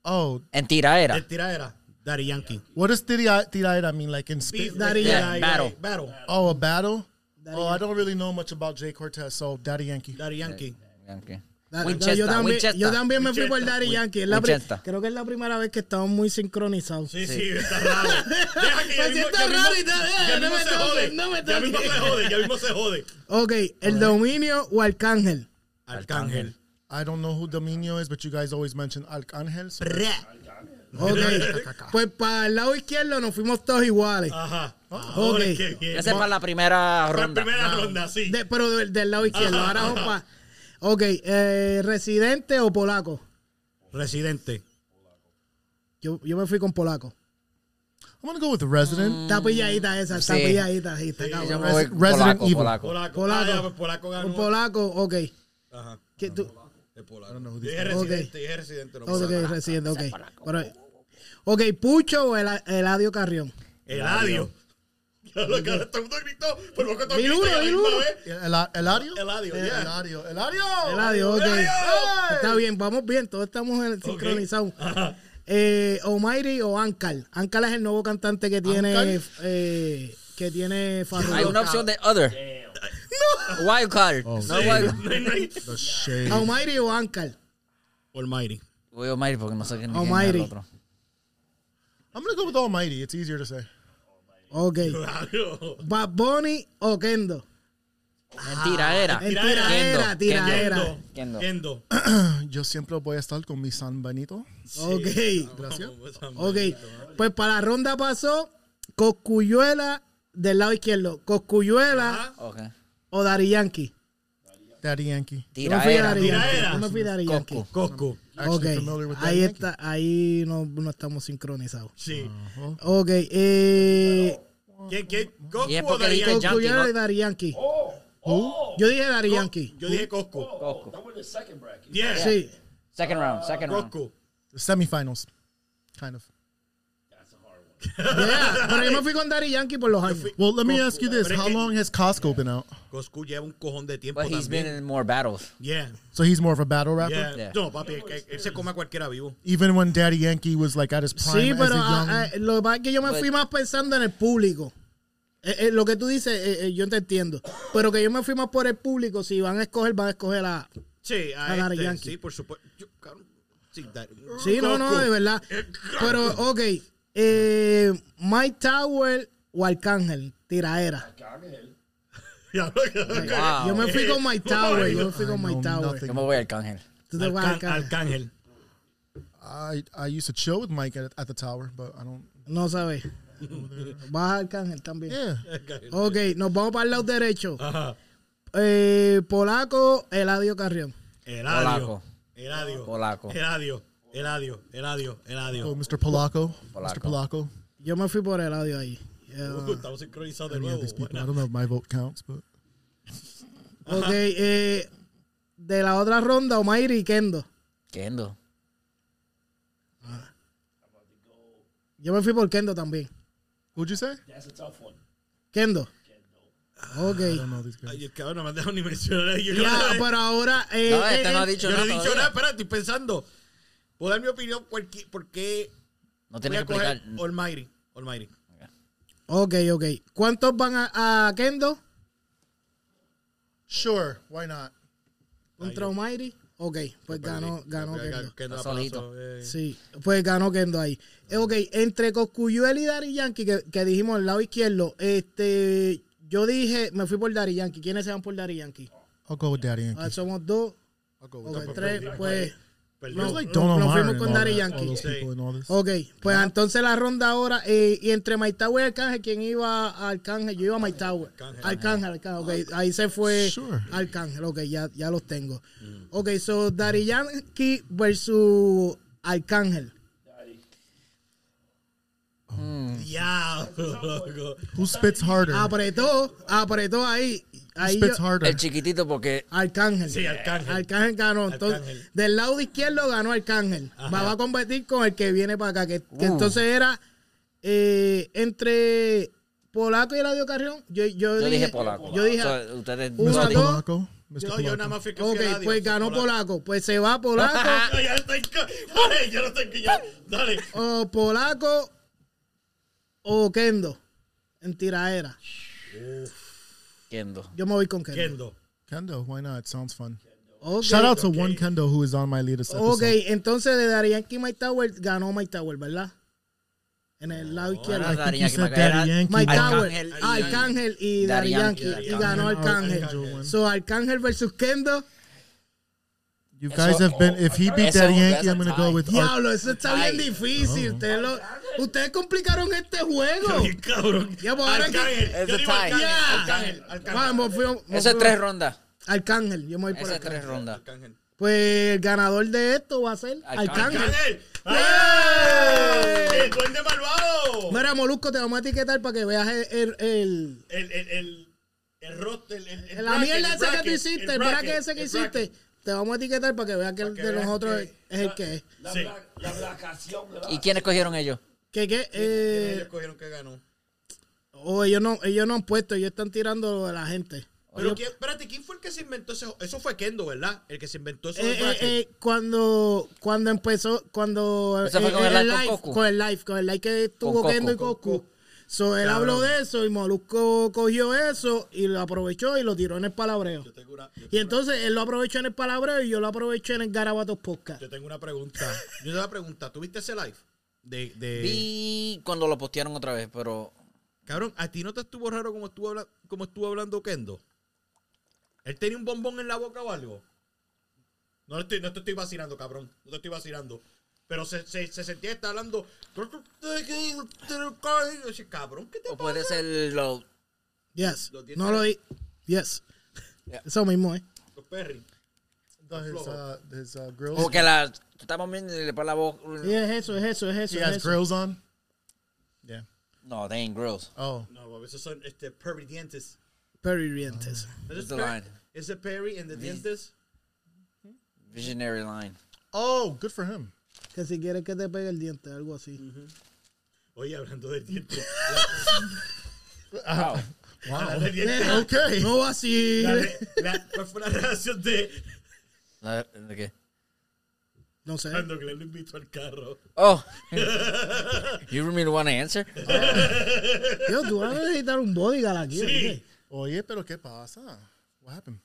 Speaker 4: Oh,
Speaker 7: En tiraera.
Speaker 3: El tiradera. Daddy Yankee.
Speaker 4: what does tira- tiraera mean? Like in Spanish?
Speaker 6: Daddy
Speaker 3: Yeah,
Speaker 7: Yankee.
Speaker 3: Battle.
Speaker 7: Battle.
Speaker 3: Battle.
Speaker 4: Oh, a battle? oh, I don't really know much about Jay Cortez, so Daddy Yankee.
Speaker 3: Daddy Yankee.
Speaker 7: Yankee.
Speaker 6: Da-
Speaker 7: Winchester,
Speaker 6: yo, también,
Speaker 7: Winchester.
Speaker 6: yo también me fui por
Speaker 3: Winchester,
Speaker 6: Dari Yankee. Es la pri-
Speaker 7: Winchester.
Speaker 6: creo que es la primera vez que estamos muy sincronizados.
Speaker 3: Sí, sí, está raro. Deja que ya
Speaker 6: Me
Speaker 3: mismo- ya
Speaker 6: siento
Speaker 3: mismo-
Speaker 6: Pues raro y tal, eh,
Speaker 3: ya
Speaker 6: no
Speaker 3: mismo
Speaker 6: me
Speaker 3: se
Speaker 6: toques,
Speaker 3: jode.
Speaker 6: no me
Speaker 3: Ya mismo
Speaker 6: toques.
Speaker 3: se jode, ya mismo se jode.
Speaker 6: Ok, ¿el dominio o Arcángel?
Speaker 3: Arcángel.
Speaker 4: I don't know who Dominio is, but you guys always mention Arcángel. So
Speaker 6: Ok, pues para el lado izquierdo nos fuimos todos iguales.
Speaker 3: Ajá. Ahora
Speaker 6: Ah, Ok.
Speaker 3: qué bien.
Speaker 7: Esa es para la primera
Speaker 3: Para la
Speaker 7: ronda.
Speaker 3: primera ronda, sí.
Speaker 6: De- pero del, del lado izquierdo.
Speaker 3: Ajá,
Speaker 6: Ahora vamos
Speaker 3: ajá.
Speaker 6: pa- Ok, eh, ¿residente o polaco?
Speaker 3: Residente.
Speaker 6: Yo, yo me fui con polaco.
Speaker 4: I'm gonna go with Resident.
Speaker 3: Mm.
Speaker 6: Está pilladita esa, está
Speaker 7: Sí.
Speaker 6: pilladita. ahí está, cabrón.
Speaker 7: Yo me voy con
Speaker 4: Resident
Speaker 7: eh, polaco,
Speaker 4: Evil.
Speaker 7: polaco.
Speaker 3: Polaco.
Speaker 6: Polaco.
Speaker 3: Ah, ya, pues, polaco ganó.
Speaker 6: Un polaco, ok.
Speaker 3: Ajá.
Speaker 6: Que tú-
Speaker 3: Es polaco. Yo dije residente, dije residente. no
Speaker 6: ok,
Speaker 3: polaco.
Speaker 6: residente, ok. Pero- ok, Pucho o el, Eladio Carrión.
Speaker 3: Eladio. Ya lo que ahora todo el mundo gritó. Por poco todo
Speaker 6: Mil
Speaker 3: gritó
Speaker 6: uno,
Speaker 3: a la
Speaker 6: mil
Speaker 3: misma
Speaker 6: uno.
Speaker 3: vez.
Speaker 4: El- Eladio?
Speaker 3: Eladio,
Speaker 4: Eh,
Speaker 3: yeah.
Speaker 4: Eladio. Eladio.
Speaker 6: Eladio, ok.
Speaker 3: ¡Eladio!
Speaker 6: Está bien, vamos bien, todos estamos en- sincronizados. Eh, Omairi o Ankal. Ankal es el nuevo cantante que tiene,
Speaker 4: Ankal.
Speaker 6: eh, que tiene Farruko.
Speaker 7: Hay una opción de other. No. Wild card.
Speaker 6: Oh,
Speaker 7: No wild card.
Speaker 3: No hay- no hay-
Speaker 4: The shade.
Speaker 6: Omairi o Ankal.
Speaker 3: Almighty.
Speaker 7: Voy a Omairi porque no sé quién quién es
Speaker 6: Omairi.
Speaker 7: el otro.
Speaker 4: I'm gonna go with Almighty. It's easier to say.
Speaker 6: Ok.
Speaker 3: Claro.
Speaker 6: Bad Bunny o Kendo.
Speaker 7: En tiraera.
Speaker 6: En tiraera,
Speaker 7: Kendo,
Speaker 6: tiraera.
Speaker 7: Kendo.
Speaker 3: Endo.
Speaker 4: Yo siempre voy a estar con mi San Benito.
Speaker 6: Ok.
Speaker 4: Gracias.
Speaker 6: Ok. Pues para la ronda pasó Coscuyuela del lado izquierdo. Coscuyuela
Speaker 7: Ok.
Speaker 6: o Dari Yankee.
Speaker 4: Daddy Yankee.
Speaker 6: Yo me fui
Speaker 7: Tiraera.
Speaker 6: a Dari Yankee.
Speaker 3: Tiraera.
Speaker 6: Yo me fui a Dari Yankee.
Speaker 7: Coscu.
Speaker 3: Coscu.
Speaker 4: Actually
Speaker 6: Ok,
Speaker 4: Ah, familiar with
Speaker 6: ahí
Speaker 4: Daddy Yankee.
Speaker 6: está, ahí no, no estamos sincronizados.
Speaker 3: Sí.
Speaker 6: Ok, eh,
Speaker 3: ¿Quién, quién? Coscu
Speaker 7: Y es
Speaker 3: o
Speaker 7: porque
Speaker 3: Daddy
Speaker 7: dijo
Speaker 3: Yankee?
Speaker 7: Yankee,
Speaker 6: Coscuyuela
Speaker 7: ¿no?
Speaker 6: y Dari Yankee. Yo dije Dari Yankee.
Speaker 3: Yo dije
Speaker 5: Oh,
Speaker 3: Coscu.
Speaker 7: Coscu.
Speaker 5: We're in the second bracket.
Speaker 3: Yeah.
Speaker 6: Sí,
Speaker 7: Second round. Second round.
Speaker 3: Coscu.
Speaker 4: The semifinals. Kind of.
Speaker 6: yeah, pero yo me fui con Dari Yankee por los años.
Speaker 4: Well, let me ask you this. How long has Costco been out?
Speaker 3: Coscu lleva un cojón de tiempo
Speaker 7: But he's been
Speaker 3: también.
Speaker 7: in more battles.
Speaker 3: Yeah.
Speaker 4: So he's more of a battle rapper?
Speaker 3: Yeah.
Speaker 7: Yeah.
Speaker 3: No, papi, es que él se come a cualquiera vivo.
Speaker 4: Even when Daddy Yankee was like at his prime
Speaker 6: Sí,
Speaker 4: as a young...
Speaker 6: pero ah, ah, lo que pasa es que yo me fui más pensando en el público. Eh, eh, lo que tú dices, eh, eh, yo te entiendo. Pero que yo me fui más por el público. Si van a escoger, van a escoger a.
Speaker 3: Sí, a,
Speaker 6: A Daddy
Speaker 3: este,
Speaker 6: Yankee.
Speaker 3: Sí, por supuesto. Yo, cabrón, sí, Daddy-
Speaker 6: Sí, no, no,
Speaker 3: Coscu.
Speaker 6: de verdad. Pero, ok. Eh, Mike Tower o Arcángel, tiraera.
Speaker 3: Ya, cabrón.
Speaker 7: Wow.
Speaker 6: Yo me fui con Mike Tower. Yo me fui con Mike Tower.
Speaker 7: Yo me voy al cángel.
Speaker 6: Tú te vas a
Speaker 3: Alcán-
Speaker 6: Arcángel.
Speaker 3: Arcángel.
Speaker 4: I, I used to chill with Mike at, at the tower, but I don't...
Speaker 6: No sabes. Vas a Arcángel también.
Speaker 4: Yeah.
Speaker 6: Ok, nos vamos para el lado derecho. Eh, Polaco, Eladio Carrión.
Speaker 3: Eladio.
Speaker 7: Polaco.
Speaker 3: Eladio.
Speaker 7: Polaco.
Speaker 3: Eladio. Eladio. Eladio. Eladio.
Speaker 6: Oh,
Speaker 4: So Mr. Polacco. Mr.
Speaker 7: Polacco.
Speaker 4: Polacco.
Speaker 6: Yo me fui por Eladio ahí. Yeah.
Speaker 3: Uh, Estamos sincronizados de
Speaker 4: Yeah,
Speaker 3: nuevo.
Speaker 4: these people.
Speaker 3: Buena.
Speaker 4: I don't know if my vote counts, but...
Speaker 6: Ok, eh, de la otra ronda, Omairi y Kendo.
Speaker 7: Kendo.
Speaker 6: Yo me fui por Kendo también.
Speaker 4: What'd you say?
Speaker 6: Kendo. Ok.
Speaker 4: I don't know these guys.
Speaker 3: Ay, es que ahora no me han dejado ni mencionar. Yo,
Speaker 6: Ya,
Speaker 3: yo-
Speaker 6: pero ahora. eh,
Speaker 7: No,
Speaker 6: eh,
Speaker 7: este no ha
Speaker 6: eh,
Speaker 7: dicho
Speaker 3: yo
Speaker 7: nada.
Speaker 3: no he dicho
Speaker 7: todavía.
Speaker 3: nada. Espera, estoy pensando. Puedo dar mi opinión por qué, por qué
Speaker 7: No
Speaker 3: voy
Speaker 7: tienes
Speaker 3: a
Speaker 7: que
Speaker 3: coger
Speaker 7: explicar.
Speaker 3: Almighty. Almighty.
Speaker 6: Ok, ok. ¿Cuántos van a, a Kendo
Speaker 4: Sure, why not?
Speaker 6: contra Omairi? Ok, pues ganó, ganó Kendo.
Speaker 3: Que no
Speaker 7: Está
Speaker 3: la pasó,
Speaker 7: solito.
Speaker 3: eh.
Speaker 6: Sí, pues ganó Kendo ahí. Eh, Ok, entre Coscuyuel y Dari Yankee, que, que dijimos al lado izquierdo, este, yo dije, me fui por Dari Yankee. ¿Quiénes se van por Dari Yankee?
Speaker 4: I'll go with Daddy Yankee.
Speaker 6: Ah, somos dos,
Speaker 4: I'll go with
Speaker 6: ok, tres, pues.
Speaker 3: Perdió.
Speaker 6: No,
Speaker 4: It's like
Speaker 6: no,
Speaker 4: Don
Speaker 6: nos
Speaker 4: Omar
Speaker 6: fuimos
Speaker 4: and
Speaker 6: con
Speaker 4: all
Speaker 6: Daddy
Speaker 4: that- all
Speaker 6: Yankee. Oh,
Speaker 4: those people and all this.
Speaker 6: Ok, pues entonces la ronda ahora, eh, y entre My Tower y Arcángel, ¿quién iba a Arcángel? Yo iba a My Tower. Arcángel, Arcángel, ok, ahí se fue
Speaker 4: Sure.
Speaker 6: Arcángel, ok, ya, ya los tengo. Ok, so Daddy Yankee versus Arcángel.
Speaker 3: Diablo, loco.
Speaker 4: Who spits harder?
Speaker 6: Ah, Apretó, apretó ahí. ahí
Speaker 4: spits
Speaker 6: yo-
Speaker 4: harder.
Speaker 7: El chiquitito porque
Speaker 6: Arcángel.
Speaker 3: Sí, Arcángel.
Speaker 6: Eh, Arcángel ganó. Entonces,
Speaker 3: Arcángel.
Speaker 6: Del lado izquierdo ganó Arcángel. Va, va a competir con el que viene para acá. Que, que
Speaker 7: Uh.
Speaker 6: entonces era eh, entre Polaco y Eladio Carrión. Yo, yo,
Speaker 7: yo dije polaco.
Speaker 6: Yo dije.
Speaker 7: So, ustedes
Speaker 6: Uno,
Speaker 7: no
Speaker 6: dos,
Speaker 7: dijeron.
Speaker 4: Polaco, Mr.
Speaker 3: Yo, yo
Speaker 4: Polaco.
Speaker 3: nada más fui que fui
Speaker 6: ok,
Speaker 3: a la
Speaker 6: pues
Speaker 3: Dios,
Speaker 6: ganó
Speaker 3: por la-
Speaker 6: polaco. Pues se va Polaco.
Speaker 3: Yo ya no estoy. Dale, yo no estoy. ya. Dale.
Speaker 6: o Polaco o Kendo. En tiraera.
Speaker 7: Kendo.
Speaker 6: Yo me voy con Kendo.
Speaker 3: Kendo.
Speaker 4: Kendo, why not? Sounds fun.
Speaker 6: Ok.
Speaker 4: Shout out to one Kendo who is on my latest episode.
Speaker 6: Ok, entonces de Darianki Mike Tower ganó Mike Tower, ¿verdad? En el lado izquierdo.
Speaker 7: Ahora Daddy Yankee,
Speaker 4: said
Speaker 7: me caerá-
Speaker 4: Daddy Yankee.
Speaker 6: Mike Tower, Ah,
Speaker 7: Arcángel y-
Speaker 6: Arcángel
Speaker 7: Daddy
Speaker 6: y Darianki.
Speaker 7: Yankee,
Speaker 6: Y ganó Arcángel. So Arcángel versus Kendo.
Speaker 4: You guys have been. If he beat
Speaker 7: Eso-
Speaker 4: Daddy
Speaker 7: that's
Speaker 4: Yankee, I'm
Speaker 7: a
Speaker 4: gonna
Speaker 7: tie.
Speaker 4: go with. Ar-
Speaker 6: Diablo, eso está bien difícil. Ustedes, lo- ustedes complicaron este juego.
Speaker 3: Bien cabrón.
Speaker 6: Ya, pues, ahora que-
Speaker 3: Arcángel.
Speaker 7: Es
Speaker 3: Yo
Speaker 7: de
Speaker 3: digo
Speaker 7: tie.
Speaker 3: Arcángel.
Speaker 6: Ya.
Speaker 3: Arcángel. Arcángel.
Speaker 6: Vamos, fuimos-
Speaker 7: Eso es
Speaker 6: fuimos-
Speaker 7: tres rondas.
Speaker 6: Arcángel, yo me voy por
Speaker 7: Eso es tres
Speaker 6: acá.
Speaker 7: rondas.
Speaker 3: Arcángel.
Speaker 6: Pues el ganador de esto va a ser
Speaker 7: Arcángel.
Speaker 6: Arcángel.
Speaker 3: Arcángel.
Speaker 6: ¡Yay!
Speaker 3: ¡El duende malvado!
Speaker 6: Mira, Molusco, te vamos a etiquetar para que veas el- el- el
Speaker 3: El, el, el, el roster, el, el,
Speaker 6: La
Speaker 3: bracket,
Speaker 6: mierda
Speaker 3: el
Speaker 6: esa que
Speaker 3: bracket,
Speaker 6: tú hiciste, el
Speaker 3: bracket,
Speaker 6: bracket ese que
Speaker 3: el
Speaker 6: hiciste, te vamos a etiquetar para que veas que el
Speaker 3: que
Speaker 6: de
Speaker 3: veas
Speaker 6: nosotros
Speaker 3: que-
Speaker 6: es el que es.
Speaker 5: La,
Speaker 3: Sí.
Speaker 5: bla- la blacación, ¿verdad?
Speaker 7: ¿Y quiénes cogieron ellos?
Speaker 6: Que, que,
Speaker 3: bracket.
Speaker 6: eh,
Speaker 3: Ellos cogieron que ganó.
Speaker 6: o ellos no, ellos no han puesto, ellos están tirando lo de la gente.
Speaker 3: Pero
Speaker 6: Ellos-
Speaker 3: quién, espérate, ¿quién fue el que se inventó ese? Eso fue Kendo, ¿verdad? El que se inventó eso.
Speaker 6: eh, eh, eh, cuando, cuando empezó, cuando
Speaker 7: Eso fue
Speaker 6: eh,
Speaker 7: con el live con
Speaker 6: live,
Speaker 7: Coco.
Speaker 6: con el live, con el live que estuvo
Speaker 7: Coco,
Speaker 6: Kendo y
Speaker 7: con
Speaker 6: Coco. So, él habló de eso y Molusco cogió eso y lo aprovechó y lo tiró en el palabreo. Y entonces él lo aprovechó en el palabreo y yo lo aproveché en el Garabatos Podcast.
Speaker 3: Yo tengo una pregunta. Yo te voy a preguntar, ¿tuviste ese live? De, de...
Speaker 7: Vi cuando lo postearon otra vez, pero
Speaker 3: Cabrón, ¿a ti no te estuvo raro como estuvo, habla- como estuvo hablando Kendo? ¿Él tenía un bombón en la boca o algo? No, estoy- no te estoy vacilando, cabrón. No te estoy vacilando. Pero se, se, se sentía que estaba hablando. Yo decía, Cabrón, ¿qué te
Speaker 7: o
Speaker 3: pasa?
Speaker 7: puede ser lo
Speaker 6: Yes.
Speaker 3: Los diez
Speaker 6: No lo di. Yes.
Speaker 7: Yeah.
Speaker 6: Eso mismo, ¿eh?
Speaker 3: Los Perry.
Speaker 4: his uh, his uh, grills.
Speaker 7: o que la tú estabas viendo y le pones la voz.
Speaker 6: Y es eso, es eso, es eso.
Speaker 4: He
Speaker 6: es
Speaker 4: has
Speaker 6: eso.
Speaker 4: grills on. Yeah.
Speaker 7: No, they ain't grills.
Speaker 4: Oh.
Speaker 3: No, papi, esos son este, Perry dientes.
Speaker 6: Perry Rientes.
Speaker 3: ¿Es
Speaker 7: the
Speaker 3: Perry?
Speaker 7: line.
Speaker 3: ¿Es el Perry and the dientes?
Speaker 7: Visionary line.
Speaker 4: Oh, good for him.
Speaker 6: Que si quieres que te pegue el diente, algo así.
Speaker 3: Oye, hablando de dientes.
Speaker 7: Wow.
Speaker 3: Hablando de dientes.
Speaker 4: Okay.
Speaker 6: No así.
Speaker 3: la re- la- ¿Cuál fue la reacción de
Speaker 7: La- ¿De qué?
Speaker 6: No sé.
Speaker 3: cuando Glenn lo invitó al carro?
Speaker 7: Oh. you really want to answer?
Speaker 6: Yo, tú vas a necesitar un bodyguard aquí. ¿oíste?
Speaker 4: Oye, pero qué pasa? What happened?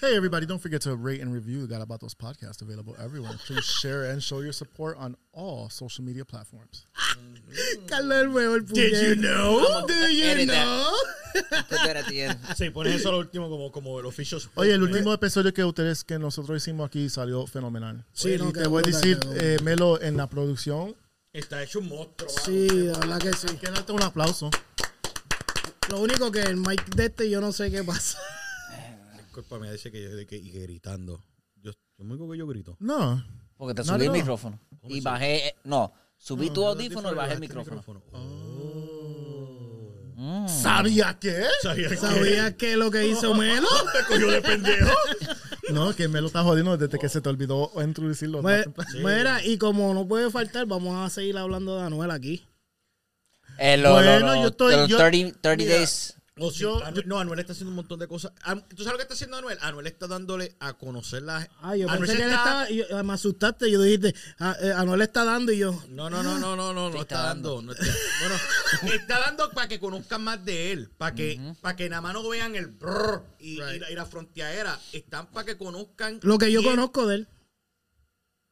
Speaker 4: Hey everybody! Don't forget to rate and review the Garabatos podcast available everywhere. Please share and show your support on all social media platforms.
Speaker 6: Carlos es el mejor puñet.
Speaker 3: know?
Speaker 6: Do Mm. you
Speaker 7: Edit that.
Speaker 6: know?
Speaker 7: Put that at the end.
Speaker 3: Sí, pones eso lo último como, como el official.
Speaker 4: Oye,
Speaker 6: Eh,
Speaker 4: el último episodio que ustedes que nosotros hicimos aquí salió fenomenal.
Speaker 6: Sí, no,
Speaker 4: y te
Speaker 6: quedó
Speaker 4: voy a
Speaker 6: brutal,
Speaker 4: decir,
Speaker 6: quedó
Speaker 4: eh, Melo, en la producción,
Speaker 3: Eh, Está hecho un monstruo.
Speaker 6: Sí, la verdad que sí.
Speaker 4: hay que darte un aplauso.
Speaker 6: Lo único que el mic de este yo no sé qué pasa.
Speaker 3: Disculpa, me dice que yo de que, y que gritando. Yo, yo me digo que yo grito.
Speaker 4: No,
Speaker 7: Porque te
Speaker 4: No,
Speaker 7: subí el
Speaker 4: no, no.
Speaker 7: micrófono. Y bajé. eh, No, subí tu audífono y bajé el micrófono.
Speaker 3: Oh.
Speaker 4: ¿sabía qué?
Speaker 3: Sabía que
Speaker 6: ¿Sabías que lo que hizo Melo?
Speaker 3: te cogió de pendejo.
Speaker 4: No, que Melo está jodiendo desde que se te olvidó introducirlo.
Speaker 6: Mue- Mira, y como no puede faltar, vamos a seguir hablando de Anuel aquí.
Speaker 7: Eh, lo,
Speaker 4: Bueno,
Speaker 7: lo- lo-
Speaker 4: yo estoy-
Speaker 7: los
Speaker 4: yo-
Speaker 7: 30, 30 days.
Speaker 3: O Oh, sí, Anuel- no, Anuel está haciendo un montón de cosas. Am- ¿Tú sabes lo que está haciendo Anuel? Anuel está dándole a conocer la
Speaker 6: Ah, yo
Speaker 3: Anuel
Speaker 6: pensé
Speaker 3: se
Speaker 6: que él
Speaker 3: está-
Speaker 6: estaba. yo- me asustaste, yo dijiste, ah, eh, Anuel está dando y yo.
Speaker 3: No, no, no, no, no, no, no está dando. no está- bueno, está dando para que conozcan más de él, para que, para que nada más no vean el brrr y, y la, y la fronteadera. Están para que conozcan.
Speaker 6: Lo que yo
Speaker 3: quién-
Speaker 6: conozco de él.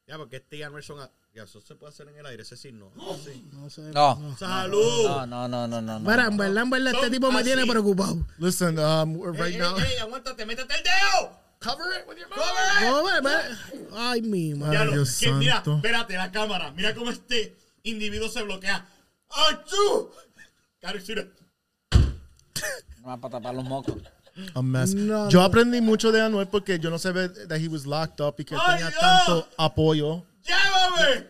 Speaker 3: Ya, porque este Anuel son. a- Ya, eso se puede hacer en el aire, ese sí no. Sí.
Speaker 6: No sé.
Speaker 7: No.
Speaker 3: ¡Salud!
Speaker 7: No, no, no, no, no. no.
Speaker 6: Mira, en verdad, en verdad, este
Speaker 3: Son
Speaker 6: tipo me
Speaker 3: así.
Speaker 6: tiene preocupado.
Speaker 4: Listen, um, we're right
Speaker 6: Eh,
Speaker 3: ¡Ey,
Speaker 4: now.
Speaker 3: ey, ey, aguántate, métete el dedo! ¡Cover it with your mouth! ¡Cover it!
Speaker 6: No, ve, ve. Ay, mi madre.
Speaker 3: Ya lo-
Speaker 4: Dios
Speaker 3: que mira,
Speaker 4: santo.
Speaker 3: espérate, la cámara. Mira cómo este individuo se bloquea. ¡Achú! Caro, si no-
Speaker 7: No más para tapar los mocos.
Speaker 4: A mess.
Speaker 6: No,
Speaker 4: yo aprendí mucho de Anuel porque yo no sabía that he was locked up y que
Speaker 3: Ay,
Speaker 4: tenía
Speaker 3: Dios.
Speaker 4: tanto apoyo.
Speaker 3: ¡Llévame!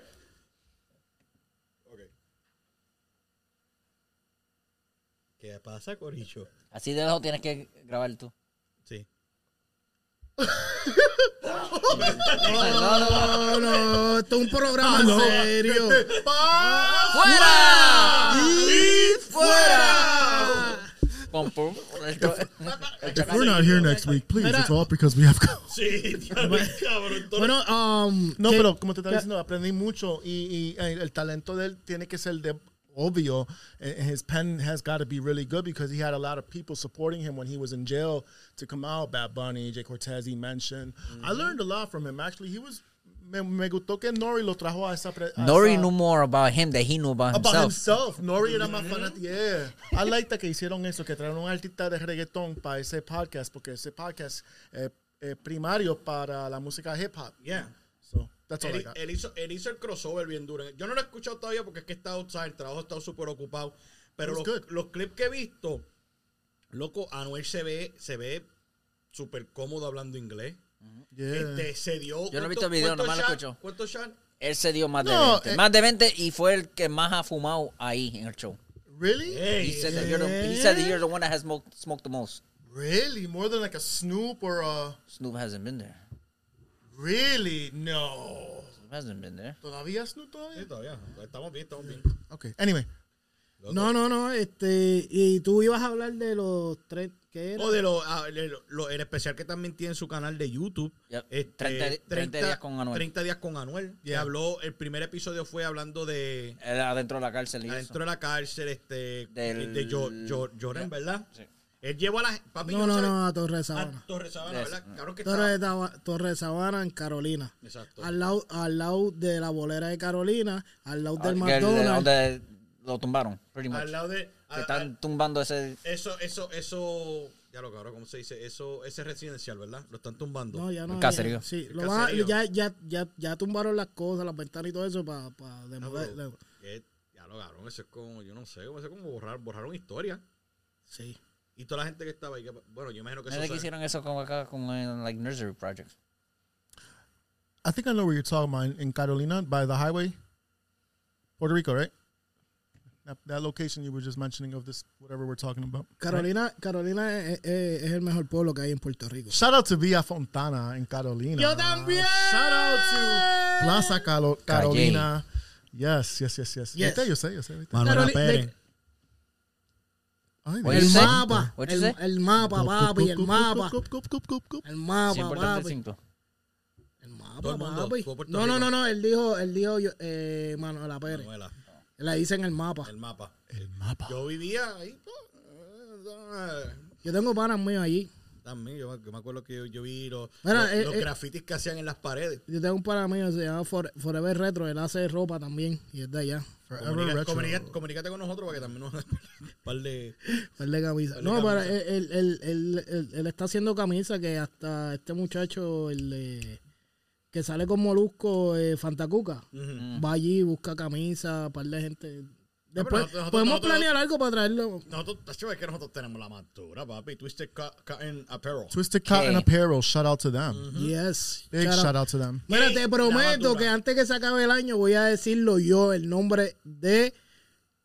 Speaker 3: ¿Qué pasa, Coricho?
Speaker 8: Así de lejos tienes que grabar tú.
Speaker 3: Sí.
Speaker 6: No, no, no, esto es un programa serio.
Speaker 8: ¡Fuera!
Speaker 6: Y fuera.
Speaker 8: Pum, pum.
Speaker 4: If we're not here next week, please, it's all because we have COVID.
Speaker 3: Sí, cabrón.
Speaker 6: Bueno, um,
Speaker 4: No,
Speaker 6: ¿qué-
Speaker 4: pero como te estaba diciendo, aprendí mucho y, y el talento de él tiene que ser de obvio. And His pen has got to be really good because he had a lot of people supporting him when he was in jail to come out. Bad Bunny, Jay Cortez, he mentioned. I learned a lot from him. Actually, he was. Me, me gustó que Nori lo trajo a esa. pre- a
Speaker 8: Nori
Speaker 4: esa-
Speaker 8: knew more about him than he knew about
Speaker 4: About
Speaker 8: himself.
Speaker 4: himself. Nori era más fanático. Yeah. I like that que hicieron eso, que trajeron un artista de reggaetón para ese podcast, porque ese podcast es es primario para la música hip hop.
Speaker 3: Yeah. eh,
Speaker 4: So, that's all I
Speaker 3: Él,
Speaker 4: got.
Speaker 3: él hizo, él hizo el crossover bien duro. Yo no lo he escuchado todavía porque es que está outside, el trabajo está súper ocupado. Pero
Speaker 4: It
Speaker 3: los,
Speaker 4: was good.
Speaker 3: los clips que he visto, loco, Anuel se ve, se ve súper cómodo hablando inglés.
Speaker 4: Yeah.
Speaker 3: Este, se dio.
Speaker 8: Yo no he
Speaker 3: ¿cuánto-
Speaker 8: visto el video,
Speaker 3: cuánto
Speaker 8: nomás lo
Speaker 3: shot-
Speaker 8: escucho.
Speaker 3: ¿Cuánto shot?
Speaker 8: Él se dio más de
Speaker 4: No,
Speaker 8: 20.
Speaker 4: eh.
Speaker 8: Más de 20 y fue el que más ha fumado ahí en el show.
Speaker 4: Really?
Speaker 8: He said that you're the, he said that you're the one that has smoked, smoked the most.
Speaker 4: Really? More than like a Snoop or a.
Speaker 8: Snoop hasn't been there.
Speaker 4: Really? No.
Speaker 8: Snoop hasn't been there.
Speaker 4: ¿Todavía Snoop todavía?
Speaker 3: Sí, todavía. Estamos bien, estamos bien.
Speaker 4: Okay. Anyway.
Speaker 6: No, no, no. Este, y tú ibas a hablar de los tres que era.
Speaker 3: O de lo, ah, de lo- lo- el especial que también tiene en su canal de YouTube.
Speaker 8: Yep.
Speaker 3: este,
Speaker 8: 30 di- 30 días con Anuel.
Speaker 3: 30 días con Anuel. que
Speaker 4: Yeah.
Speaker 3: habló, el primer episodio fue hablando de
Speaker 8: Él adentro de la cárcel y
Speaker 3: adentro
Speaker 8: eso.
Speaker 3: de la cárcel, este,
Speaker 8: Del-
Speaker 3: de Yo- Yo- Lloren, ¿verdad?
Speaker 8: Sí.
Speaker 3: Él llevó a la papi,
Speaker 6: No,
Speaker 3: yo Ah.
Speaker 6: no,
Speaker 3: sé-
Speaker 6: no, a Torres
Speaker 3: a
Speaker 6: Sabana.
Speaker 3: Torres Sabana,
Speaker 8: Yes.
Speaker 3: ¿verdad? Claro que
Speaker 6: Torres
Speaker 3: está.
Speaker 6: Saba- Torres Sabana en Carolina.
Speaker 3: Exacto.
Speaker 6: Al lado, al lado de la bolera de Carolina, al lado del
Speaker 8: Ah, que el-
Speaker 6: McDonald's.
Speaker 8: donde lo tumbaron, pretty much.
Speaker 3: Al lado de
Speaker 8: que
Speaker 3: a-
Speaker 8: están tumbando ese...
Speaker 3: a- eso eso eso ya lo cabrón, ¿cómo se dice? Eso ese residencial, ¿verdad? Lo están tumbando.
Speaker 6: No, ya no.
Speaker 8: El caserío.
Speaker 6: ya- sí,
Speaker 3: El
Speaker 6: lo van a-
Speaker 3: caserío.
Speaker 6: ya, ya, ya, ya tumbaron las cosas, las ventanas y todo eso para
Speaker 3: Ah, pero, eh, ya lo cabrón, eso es como yo no sé, eso es como borrar borraron historia.
Speaker 6: Sí.
Speaker 3: Y toda la gente que estaba ahí, que- bueno, yo imagino que
Speaker 8: No
Speaker 3: eso
Speaker 8: sé que
Speaker 3: suena-
Speaker 8: hicieron eso con acá, con eh, like Nursery Project.
Speaker 4: I think I know where you're talking about. In- In Carolina, by the highway. Puerto Rico, right? That, that location you were just mentioning of this, whatever we're talking about.
Speaker 6: Carolina, Carolina es, es- es el mejor pueblo que hay en Puerto Rico.
Speaker 4: Shout out to Villa Fontana in Carolina.
Speaker 6: Yo también.
Speaker 4: Shout out to Plaza Calo- Carolina. Yes, yes, yes, yes.
Speaker 6: Yes.
Speaker 4: Yes. Yo sé, yo sé, yo sé.
Speaker 3: Manuela
Speaker 6: Caroli-
Speaker 3: Pérez.
Speaker 6: de-
Speaker 4: Ay,
Speaker 8: Oye,
Speaker 6: el
Speaker 8: ¿sí?
Speaker 6: mapa.
Speaker 8: What you
Speaker 6: El,
Speaker 8: say?
Speaker 6: el mapa, papi. El
Speaker 4: Cup, cup,
Speaker 6: mapa.
Speaker 4: cup, cup, cup, cup, cup.
Speaker 6: El mapa,
Speaker 8: 100 por
Speaker 6: papi.
Speaker 8: 35.
Speaker 3: Todo
Speaker 6: El mapa,
Speaker 3: el mundo,
Speaker 6: papi.
Speaker 3: todo Puerto
Speaker 6: No, no,
Speaker 3: Rico.
Speaker 6: no, no. Él dijo, él dijo yo- eh, Manuela Pérez.
Speaker 3: Manuela,
Speaker 6: La dice en el mapa.
Speaker 3: el mapa. El mapa. Yo vivía ahí. pues, eh,
Speaker 6: Yo tengo panas míos allí.
Speaker 3: También, yo, yo me acuerdo que yo, yo vi los,
Speaker 6: Mira,
Speaker 3: los,
Speaker 6: eh,
Speaker 3: los
Speaker 6: eh.
Speaker 3: grafitis que hacían en las paredes.
Speaker 6: Yo tengo un pana mío, se llama For- Forever Retro. Él hace ropa también y es de allá.
Speaker 4: Forever
Speaker 3: Comunica,
Speaker 4: retro.
Speaker 3: comunica- comunícate con nosotros para que también nos un par de...
Speaker 6: Par de camisas. No, pero él, él, él, él- él- él está haciendo camisas que hasta este muchacho, el eh, que sale con Molusco, eh, Fantacuca, va allí, busca camisas, par de gente. Después,
Speaker 3: Ah, nosotros-
Speaker 6: podemos
Speaker 3: nosotros-
Speaker 6: planear algo para traerlo.
Speaker 3: Nosotros, tacho, es que nosotros tenemos la mantura, papi. Twisted Cut- Cotton Apparel.
Speaker 4: Twisted Cotton
Speaker 8: Okay.
Speaker 4: Apparel. Shout out to them.
Speaker 6: Yes.
Speaker 4: Big
Speaker 6: Shout out.
Speaker 4: Mm. shout out to them.
Speaker 6: Mira, te prometo
Speaker 3: madura.
Speaker 6: que antes que se acabe el año voy a decirlo yo, el nombre de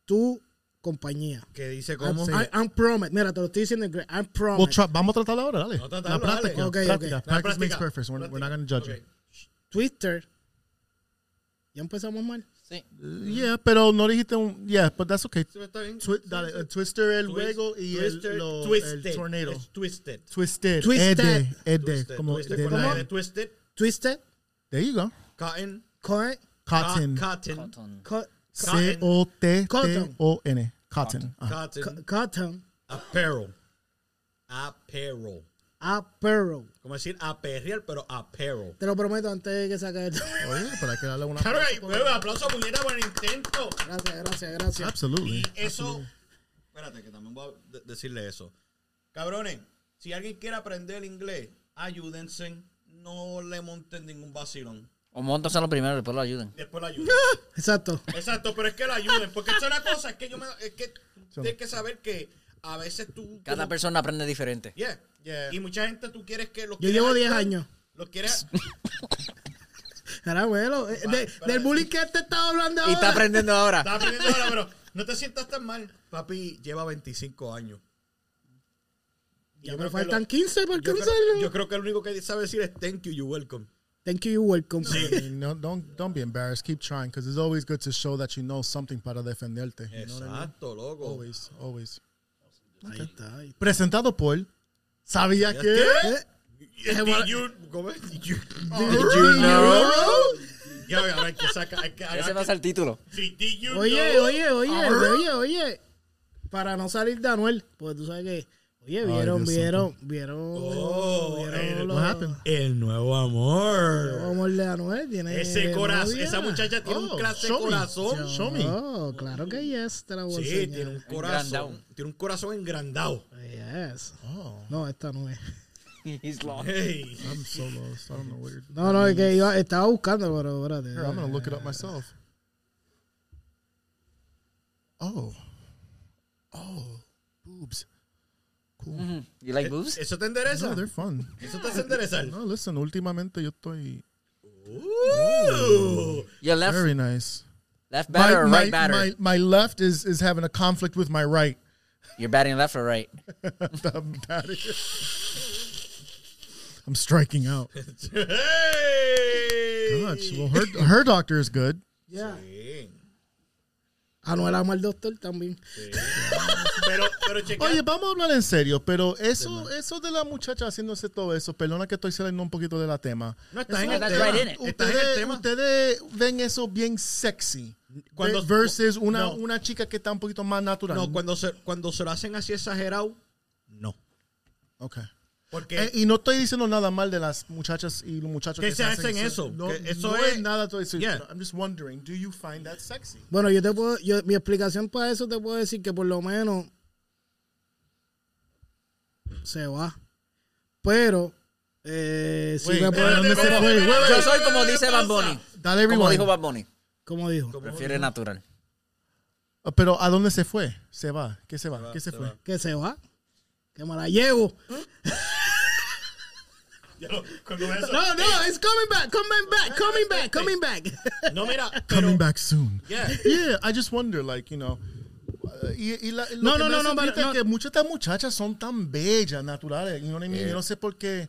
Speaker 6: tu compañía.
Speaker 3: Que dice
Speaker 4: ¿Cómo?
Speaker 3: cómo...
Speaker 6: I, I'm promise. Mira, te lo estoy diciendo. en inglés. I'm
Speaker 4: Well,
Speaker 6: promise.
Speaker 4: tra- vamos a tratar ahora, dale.
Speaker 3: No, tratarlo,
Speaker 4: la
Speaker 3: dale.
Speaker 4: práctica.
Speaker 6: Ok, ok.
Speaker 4: práctica.
Speaker 6: La
Speaker 4: Practice makes
Speaker 3: práctica.
Speaker 4: perfect. We're, we're not going to judge
Speaker 3: Ok.
Speaker 4: you.
Speaker 6: Twitter. Ya empezamos mal.
Speaker 8: Sí.
Speaker 4: Yeah, pero no dijiste un... Yeah, but that's okay.
Speaker 3: Sí, está bien.
Speaker 4: Twi- dale, eh, Twister el
Speaker 3: Twist-
Speaker 4: juego y el,
Speaker 3: Twister-
Speaker 4: lo-
Speaker 3: twisted,
Speaker 4: el tornado.
Speaker 3: Es twisted.
Speaker 4: Twisted.
Speaker 6: Twisted.
Speaker 4: Ede. Ede.
Speaker 3: Twisted,
Speaker 4: Como
Speaker 3: twisted
Speaker 4: de
Speaker 3: con la
Speaker 4: la-
Speaker 3: L, Twisted.
Speaker 6: Twisted.
Speaker 4: There you go.
Speaker 3: Cotton.
Speaker 6: Coin.
Speaker 4: Cotton.
Speaker 3: co- Cotton.
Speaker 8: Cotton.
Speaker 6: Co-
Speaker 4: C-O-T-T-O-N. Cotton. Ajá.
Speaker 3: Cotton.
Speaker 6: Cotton
Speaker 3: Apparel. Apparel.
Speaker 6: Apparel.
Speaker 3: Como decir aperreal, pero apparel.
Speaker 6: ah, Te lo prometo antes de que saque esto.
Speaker 4: Oye, pero hay que darle una...
Speaker 3: Claro, ahí, huevo, aplauso puñeta por el intento.
Speaker 6: Gracias, gracias,
Speaker 3: Ah.
Speaker 6: gracias.
Speaker 4: Absolutely.
Speaker 3: Y eso, espérate, que también voy a de- decirle eso. Cabrones, si alguien quiere aprender inglés, ayúdense. No le monten ningún vacilón.
Speaker 8: O montos son los primeros, después lo ayuden.
Speaker 3: Después la ayuden.
Speaker 6: Exacto.
Speaker 3: Exacto, pero es que la ayuden. Porque eso es una cosa, es que yo me. Es que tienes que saber que a veces tú.
Speaker 8: Cada
Speaker 3: como-
Speaker 8: persona aprende diferente.
Speaker 3: Yeah. Y mucha gente tú quieres que los
Speaker 6: Yo
Speaker 3: quieres
Speaker 6: llevo 10
Speaker 3: ayudar,
Speaker 6: años.
Speaker 3: Los quieres.
Speaker 6: Caramelo. eh, de- del bullying que te estaba hablando
Speaker 8: Y está
Speaker 6: ahora.
Speaker 8: aprendiendo ahora.
Speaker 3: Estás aprendiendo ahora, pero no te sientas tan mal. Papi lleva 25 años. Yo
Speaker 6: Ya me
Speaker 3: creo que
Speaker 6: faltan
Speaker 3: lo-
Speaker 6: 15 para
Speaker 3: Yo creo,
Speaker 6: alcanzarlo.
Speaker 3: yo creo que el único que sabe decir es thank you, you welcome.
Speaker 6: Thank you, you're welcome.
Speaker 4: I mean, no, don't don't be embarrassed. Keep trying because it's always good to show that you know something para defenderte. You know what I mean?
Speaker 3: Exacto, loco.
Speaker 4: Always, always.
Speaker 6: Ahí está. ahí.
Speaker 4: Presentado por. ¿Sabía que?
Speaker 3: ¿Eh? Did you- ¿cómo es? Did you- Ya, ahora hay que sacar. hay que-
Speaker 8: Ese va a ser el título.
Speaker 3: Sí, did you
Speaker 6: Oye,
Speaker 3: know?
Speaker 6: oye, oye, oye, oye. Para no salir de Anuel, pues tú sabes que. Oye, vieron,
Speaker 4: Dios
Speaker 6: vieron, vieron.
Speaker 3: Oh, eh,
Speaker 6: vieron
Speaker 4: What happened?
Speaker 3: El nuevo amor.
Speaker 6: Vamos a Anuel, tiene.
Speaker 3: Ese corazón,
Speaker 6: novia.
Speaker 3: esa muchacha tiene
Speaker 4: Oh,
Speaker 3: un clase
Speaker 4: show me.
Speaker 3: corazón.
Speaker 4: Show me.
Speaker 6: Oh, claro que yes, te la voy a
Speaker 3: Sí,
Speaker 6: enseñar.
Speaker 3: tiene un corazón.
Speaker 8: Engrandado.
Speaker 3: Tiene un corazón engrandado.
Speaker 6: Yes.
Speaker 4: Oh,
Speaker 6: No, esta no es.
Speaker 8: He's lost.
Speaker 3: Hey.
Speaker 4: I'm so lost. I don't know where.
Speaker 6: No, no, es que iba, estaba buscando, pero
Speaker 4: Here, I'm
Speaker 6: espérate.
Speaker 4: gonna look it up myself. Oh, oh, boobs. Cool.
Speaker 6: Mm-hmm.
Speaker 8: You like boobs?
Speaker 3: ¿Eso te endereza?
Speaker 4: No, they're fun.
Speaker 3: ¿Eso te hace enderezar?
Speaker 4: No, listen. Últimamente yo estoy
Speaker 3: Uh,
Speaker 8: Your left,
Speaker 4: very nice.
Speaker 8: left
Speaker 4: My,
Speaker 8: batter or
Speaker 4: my,
Speaker 8: right batter?
Speaker 4: my, my left is is having a conflict with my right.
Speaker 8: You're batting left or right?
Speaker 4: I'm, out of here. I'm striking out.
Speaker 3: hey.
Speaker 4: Gosh, well, her her doctor is good.
Speaker 6: Yeah.
Speaker 3: Bien.
Speaker 6: Anuel ama al doctor también.
Speaker 3: Pero, pero chequea.
Speaker 4: Oye, vamos a hablar en serio, pero eso, eso de la muchacha haciéndose todo eso, perdona que estoy saliendo un poquito de la tema.
Speaker 3: no estás en
Speaker 8: That's
Speaker 3: el
Speaker 8: right,
Speaker 3: tema.
Speaker 8: isn't it?
Speaker 3: Estás en el
Speaker 4: Ustedes,
Speaker 3: tema.
Speaker 4: ustedes ven eso bien sexy.
Speaker 3: Cuando-
Speaker 4: Ve- versus una,
Speaker 3: no.
Speaker 4: una chica que está un poquito más natural.
Speaker 3: No, cuando se, cuando se lo hacen así exagerado, no.
Speaker 4: Okay.
Speaker 3: Porque
Speaker 4: Eh, y no estoy diciendo nada mal de las muchachas y los muchachos
Speaker 3: Que
Speaker 4: que,
Speaker 3: se hacen eso,
Speaker 4: No,
Speaker 3: que eso
Speaker 4: no
Speaker 3: es-
Speaker 4: es nada. Estoy diciendo,
Speaker 3: Yeah.
Speaker 4: pero I'm just wondering, do you find that sexy?
Speaker 6: Bueno, yo te puedo, yo, mi explicación para eso te puedo decir que por lo menos se va. Pero eh, sí
Speaker 4: Wait,
Speaker 6: me puedo-
Speaker 4: ¿dónde se fue? Wait, wait,
Speaker 8: Yo soy como dice Bad Bunny.
Speaker 4: Dale
Speaker 8: Como
Speaker 4: rewind.
Speaker 8: dijo Bad Bunny.
Speaker 6: como dijo,
Speaker 8: Prefiere natural.
Speaker 4: Ah, Pero ¿a dónde se fue? Se va. ¿Qué se va? ¿Qué
Speaker 6: uh,
Speaker 4: se, fue?
Speaker 6: que se va, que me la llevo.
Speaker 3: cuando ves eso-
Speaker 6: No, no, it's coming back, coming back, coming back, coming back.
Speaker 3: no, mira, pero,
Speaker 4: Coming back soon.
Speaker 3: yeah,
Speaker 4: Yeah, I just wonder, like, you know. uh, Y, y la, lo
Speaker 6: No,
Speaker 4: que
Speaker 6: no,
Speaker 4: me
Speaker 6: no,
Speaker 4: hace
Speaker 6: no,
Speaker 4: triste
Speaker 6: pero
Speaker 4: es que muchas de estas muchachas son tan bellas, naturales. You know what I mean? Yo no sé por qué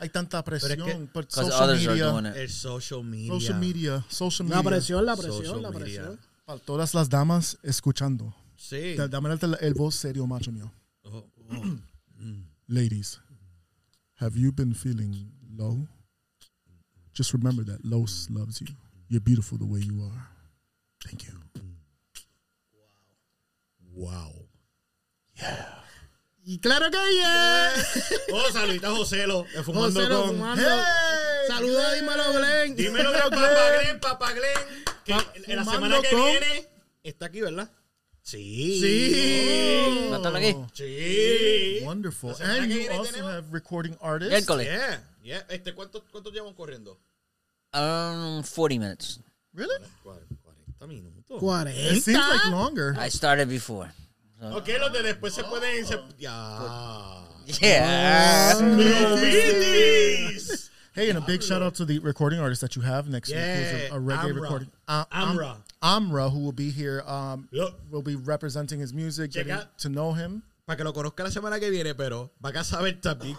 Speaker 4: hay tanta presión por
Speaker 8: Because
Speaker 4: social
Speaker 8: others are
Speaker 4: media,
Speaker 8: doing it.
Speaker 3: el social media.
Speaker 4: social media, social media.
Speaker 6: La presión, la
Speaker 3: Social
Speaker 6: presión, la
Speaker 3: media.
Speaker 6: presión.
Speaker 4: Para todas las damas escuchando.
Speaker 3: Sí.
Speaker 4: Da- Dame el, tel- el voz serio, macho mío.
Speaker 3: Oh,
Speaker 4: Ladies, have you been feeling low? Just remember that Los loves you. You're beautiful the way you are. Thank you.
Speaker 3: wow.
Speaker 6: Y claro que yes.
Speaker 3: Oh, saludita Joselo. de Fumando
Speaker 6: José lo
Speaker 3: con.
Speaker 6: fumando. Saluda, dímelo, Glenn.
Speaker 3: Dímelo, gran papá Glenn, papá Glenn. Que en la semana que
Speaker 4: con.
Speaker 3: viene está aquí, ¿verdad? Sí.
Speaker 4: Sí.
Speaker 8: ¿No están aquí?
Speaker 3: Sí.
Speaker 4: Oh. Wonderful.
Speaker 3: semana
Speaker 4: And
Speaker 3: que
Speaker 4: you
Speaker 3: viene
Speaker 4: also
Speaker 3: tenemos-
Speaker 4: have recording artists.
Speaker 8: Miércoles.
Speaker 3: Yeah, yeah. Este, ¿cuánto, ¿Cuánto llevamos corriendo?
Speaker 8: Um, 40 minutes.
Speaker 4: Really?
Speaker 3: Cuar- 40 minutos.
Speaker 6: 40.
Speaker 4: It seems like longer.
Speaker 8: I started before.
Speaker 3: Ok, los de después se pueden. se- Ya.
Speaker 8: Yeah.
Speaker 3: ¡Novitis!
Speaker 4: Hey, and a big shout out to the recording artist that you have next week. who's
Speaker 3: Yeah,
Speaker 4: A, a reggae
Speaker 3: Amra.
Speaker 4: recording. Uh,
Speaker 3: Amra.
Speaker 4: Amra, who will be here. Um,
Speaker 3: Look.
Speaker 4: will be representing his music,
Speaker 3: Check
Speaker 4: getting
Speaker 3: out.
Speaker 4: to know him.
Speaker 3: Para que lo conozca la semana que viene, pero van a saber también.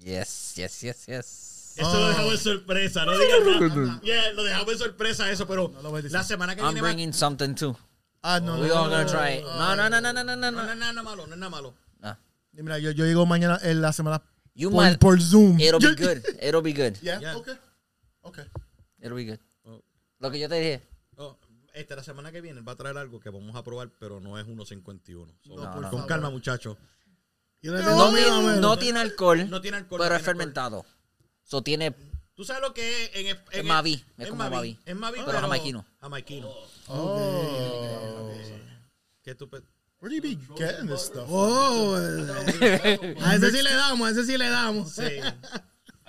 Speaker 8: Yes, yes, yes, yes.
Speaker 3: Eso lo dejamos en sorpresa, no digas nada. Yeah, lo dejamos en sorpresa eso, pero
Speaker 4: lo voy a decir.
Speaker 3: la semana que
Speaker 8: I'm
Speaker 3: viene va-
Speaker 8: bringing something too.
Speaker 4: Ah, no,
Speaker 8: We all gonna try it. No, no, no, no, no, no,
Speaker 3: No,
Speaker 8: no,
Speaker 3: no
Speaker 8: no.
Speaker 3: es nada malo, no es nada malo.
Speaker 8: no.
Speaker 4: Mira, yo, yo llego mañana en la semana
Speaker 8: You
Speaker 4: por,
Speaker 8: might-
Speaker 4: por Zoom.
Speaker 8: It'll
Speaker 4: Yo-
Speaker 8: be good. It'll be good.
Speaker 4: Yeah,
Speaker 3: Yeah.
Speaker 4: okay. Okay.
Speaker 8: It'll be good.
Speaker 3: Oh.
Speaker 8: Lo que yo te dije.
Speaker 3: Oh, este, la semana que viene va a traer algo que vamos a probar, pero no es 1.51. So,
Speaker 8: No,
Speaker 3: con
Speaker 8: no,
Speaker 3: calma, muchachos.
Speaker 6: Yo le tengo
Speaker 8: No,
Speaker 6: miedo,
Speaker 8: tiene,
Speaker 6: mano.
Speaker 8: no tiene alcohol,
Speaker 3: No tiene alcohol,
Speaker 8: pero
Speaker 3: no
Speaker 8: es
Speaker 3: tiene alcohol.
Speaker 8: fermentado. So tiene
Speaker 3: ¿Tú sabes lo que es en, en, en
Speaker 8: Mavi, es
Speaker 3: en
Speaker 8: como
Speaker 3: Mavi,
Speaker 8: Mavi.
Speaker 3: Es Mavi,
Speaker 8: Pero
Speaker 3: pero
Speaker 8: jamaiquino.
Speaker 3: Jamaiquino.
Speaker 4: Oh.
Speaker 3: ¿Qué tú pe-
Speaker 4: Where do you be getting this stuff?
Speaker 6: Oh, eh. a ese sí le damos, a ese sí le damos.
Speaker 3: Sí.
Speaker 5: I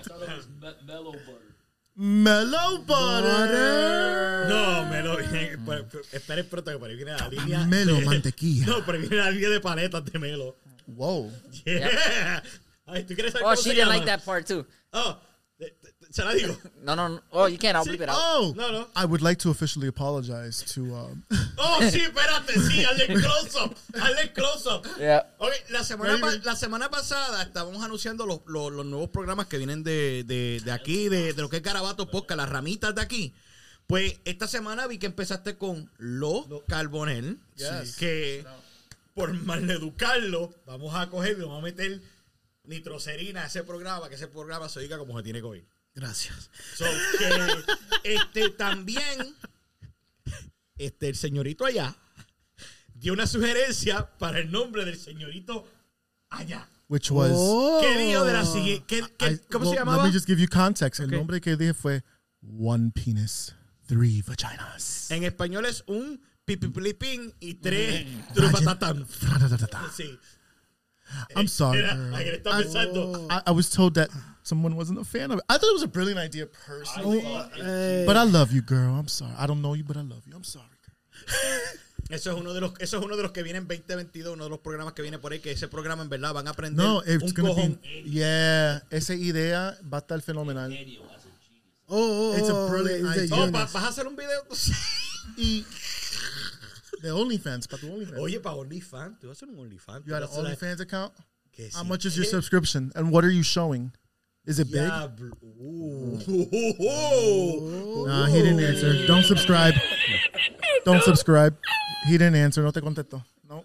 Speaker 5: thought it was me- mellow butter.
Speaker 4: Mellow butter.
Speaker 3: No, me lo viene. pero- pero- Espera, espera, que por ahí viene la línea.
Speaker 4: Melo
Speaker 3: de-
Speaker 4: mantequilla.
Speaker 3: No, por ahí viene la línea de paletas de melo.
Speaker 4: Whoa.
Speaker 3: Yeah. Ay, ¿tú quieres saber
Speaker 8: Oh,
Speaker 3: cómo
Speaker 8: she
Speaker 3: se
Speaker 8: didn't
Speaker 3: llama?
Speaker 8: like that part too.
Speaker 3: Oh, te- te- te- Se la digo.
Speaker 8: No, no, no. Oh, you can't. I'll bleep it out.
Speaker 4: Oh,
Speaker 3: No, no.
Speaker 4: I would like to officially apologize to. Um,
Speaker 3: Oh, sí, espérate, sí, hazle close up. Hazle close up.
Speaker 8: Yeah.
Speaker 3: Ok, la semana, pa- la semana pasada estábamos anunciando los, los- los nuevos programas que vienen de, de- de aquí, de, de lo que es Garabato Podcast, las ramitas de aquí. Pues esta semana vi que empezaste con Los Carbonel,
Speaker 4: Yes.
Speaker 3: que por maleducarlo vamos a coger y vamos a meter nitrocerina a ese programa, que ese programa se diga como se tiene que oír.
Speaker 6: Gracias.
Speaker 3: So, que, este, también, este, el señorito allá dio una sugerencia para el nombre del señorito allá.
Speaker 4: which was.
Speaker 3: ¿Qué dijo de la siguiente? ¿Qué, qué-
Speaker 4: I-
Speaker 3: ¿Cómo
Speaker 4: well,
Speaker 3: se
Speaker 4: Let
Speaker 3: llamaba?
Speaker 4: me just give you context. El
Speaker 3: Okay.
Speaker 4: nombre que dije fue One Penis, Three Vaginas.
Speaker 3: En español es un pipipilipín y tres
Speaker 4: Mm.
Speaker 3: trupatatán.
Speaker 4: Fra-da-da-da-da.
Speaker 3: Sí.
Speaker 4: I'm sorry.
Speaker 3: Era
Speaker 4: girl.
Speaker 3: la que le está
Speaker 4: I,
Speaker 3: pensando.
Speaker 4: I- I was told that someone wasn't a fan of it. I thought it was a brilliant idea personally.
Speaker 6: Eh,
Speaker 4: but I love you, girl. I'm sorry. I don't know you, but I love you. I'm sorry, girl.
Speaker 3: Eso es uno de los, eso es uno de los que viene en 2022, uno de los programas que viene por ahí, que ese programa en verdad van a aprender
Speaker 4: No,
Speaker 3: un
Speaker 4: it's gonna
Speaker 3: cojón.
Speaker 4: be. Yeah, esa idea va a estar fenomenal.
Speaker 6: oh, oh,
Speaker 4: It's a
Speaker 6: oh,
Speaker 4: brilliant
Speaker 6: it's a
Speaker 4: idea.
Speaker 3: Oh,
Speaker 6: genius.
Speaker 3: ¿va- ¿Vas a hacer un video?
Speaker 4: Y the OnlyFans, but the OnlyFans.
Speaker 3: Oye, para OnlyFans, tú vas a hacer un OnlyFans.
Speaker 4: you got an
Speaker 3: Tú vas a hacer-
Speaker 4: OnlyFans account?
Speaker 3: Que
Speaker 4: How
Speaker 3: sí.
Speaker 4: much is your subscription? And what are you showing? Is it big?
Speaker 3: Diablo. Uh. Uh.
Speaker 4: Nah, he didn't answer. Don't subscribe. Don't subscribe. He didn't answer. No te contestó. No.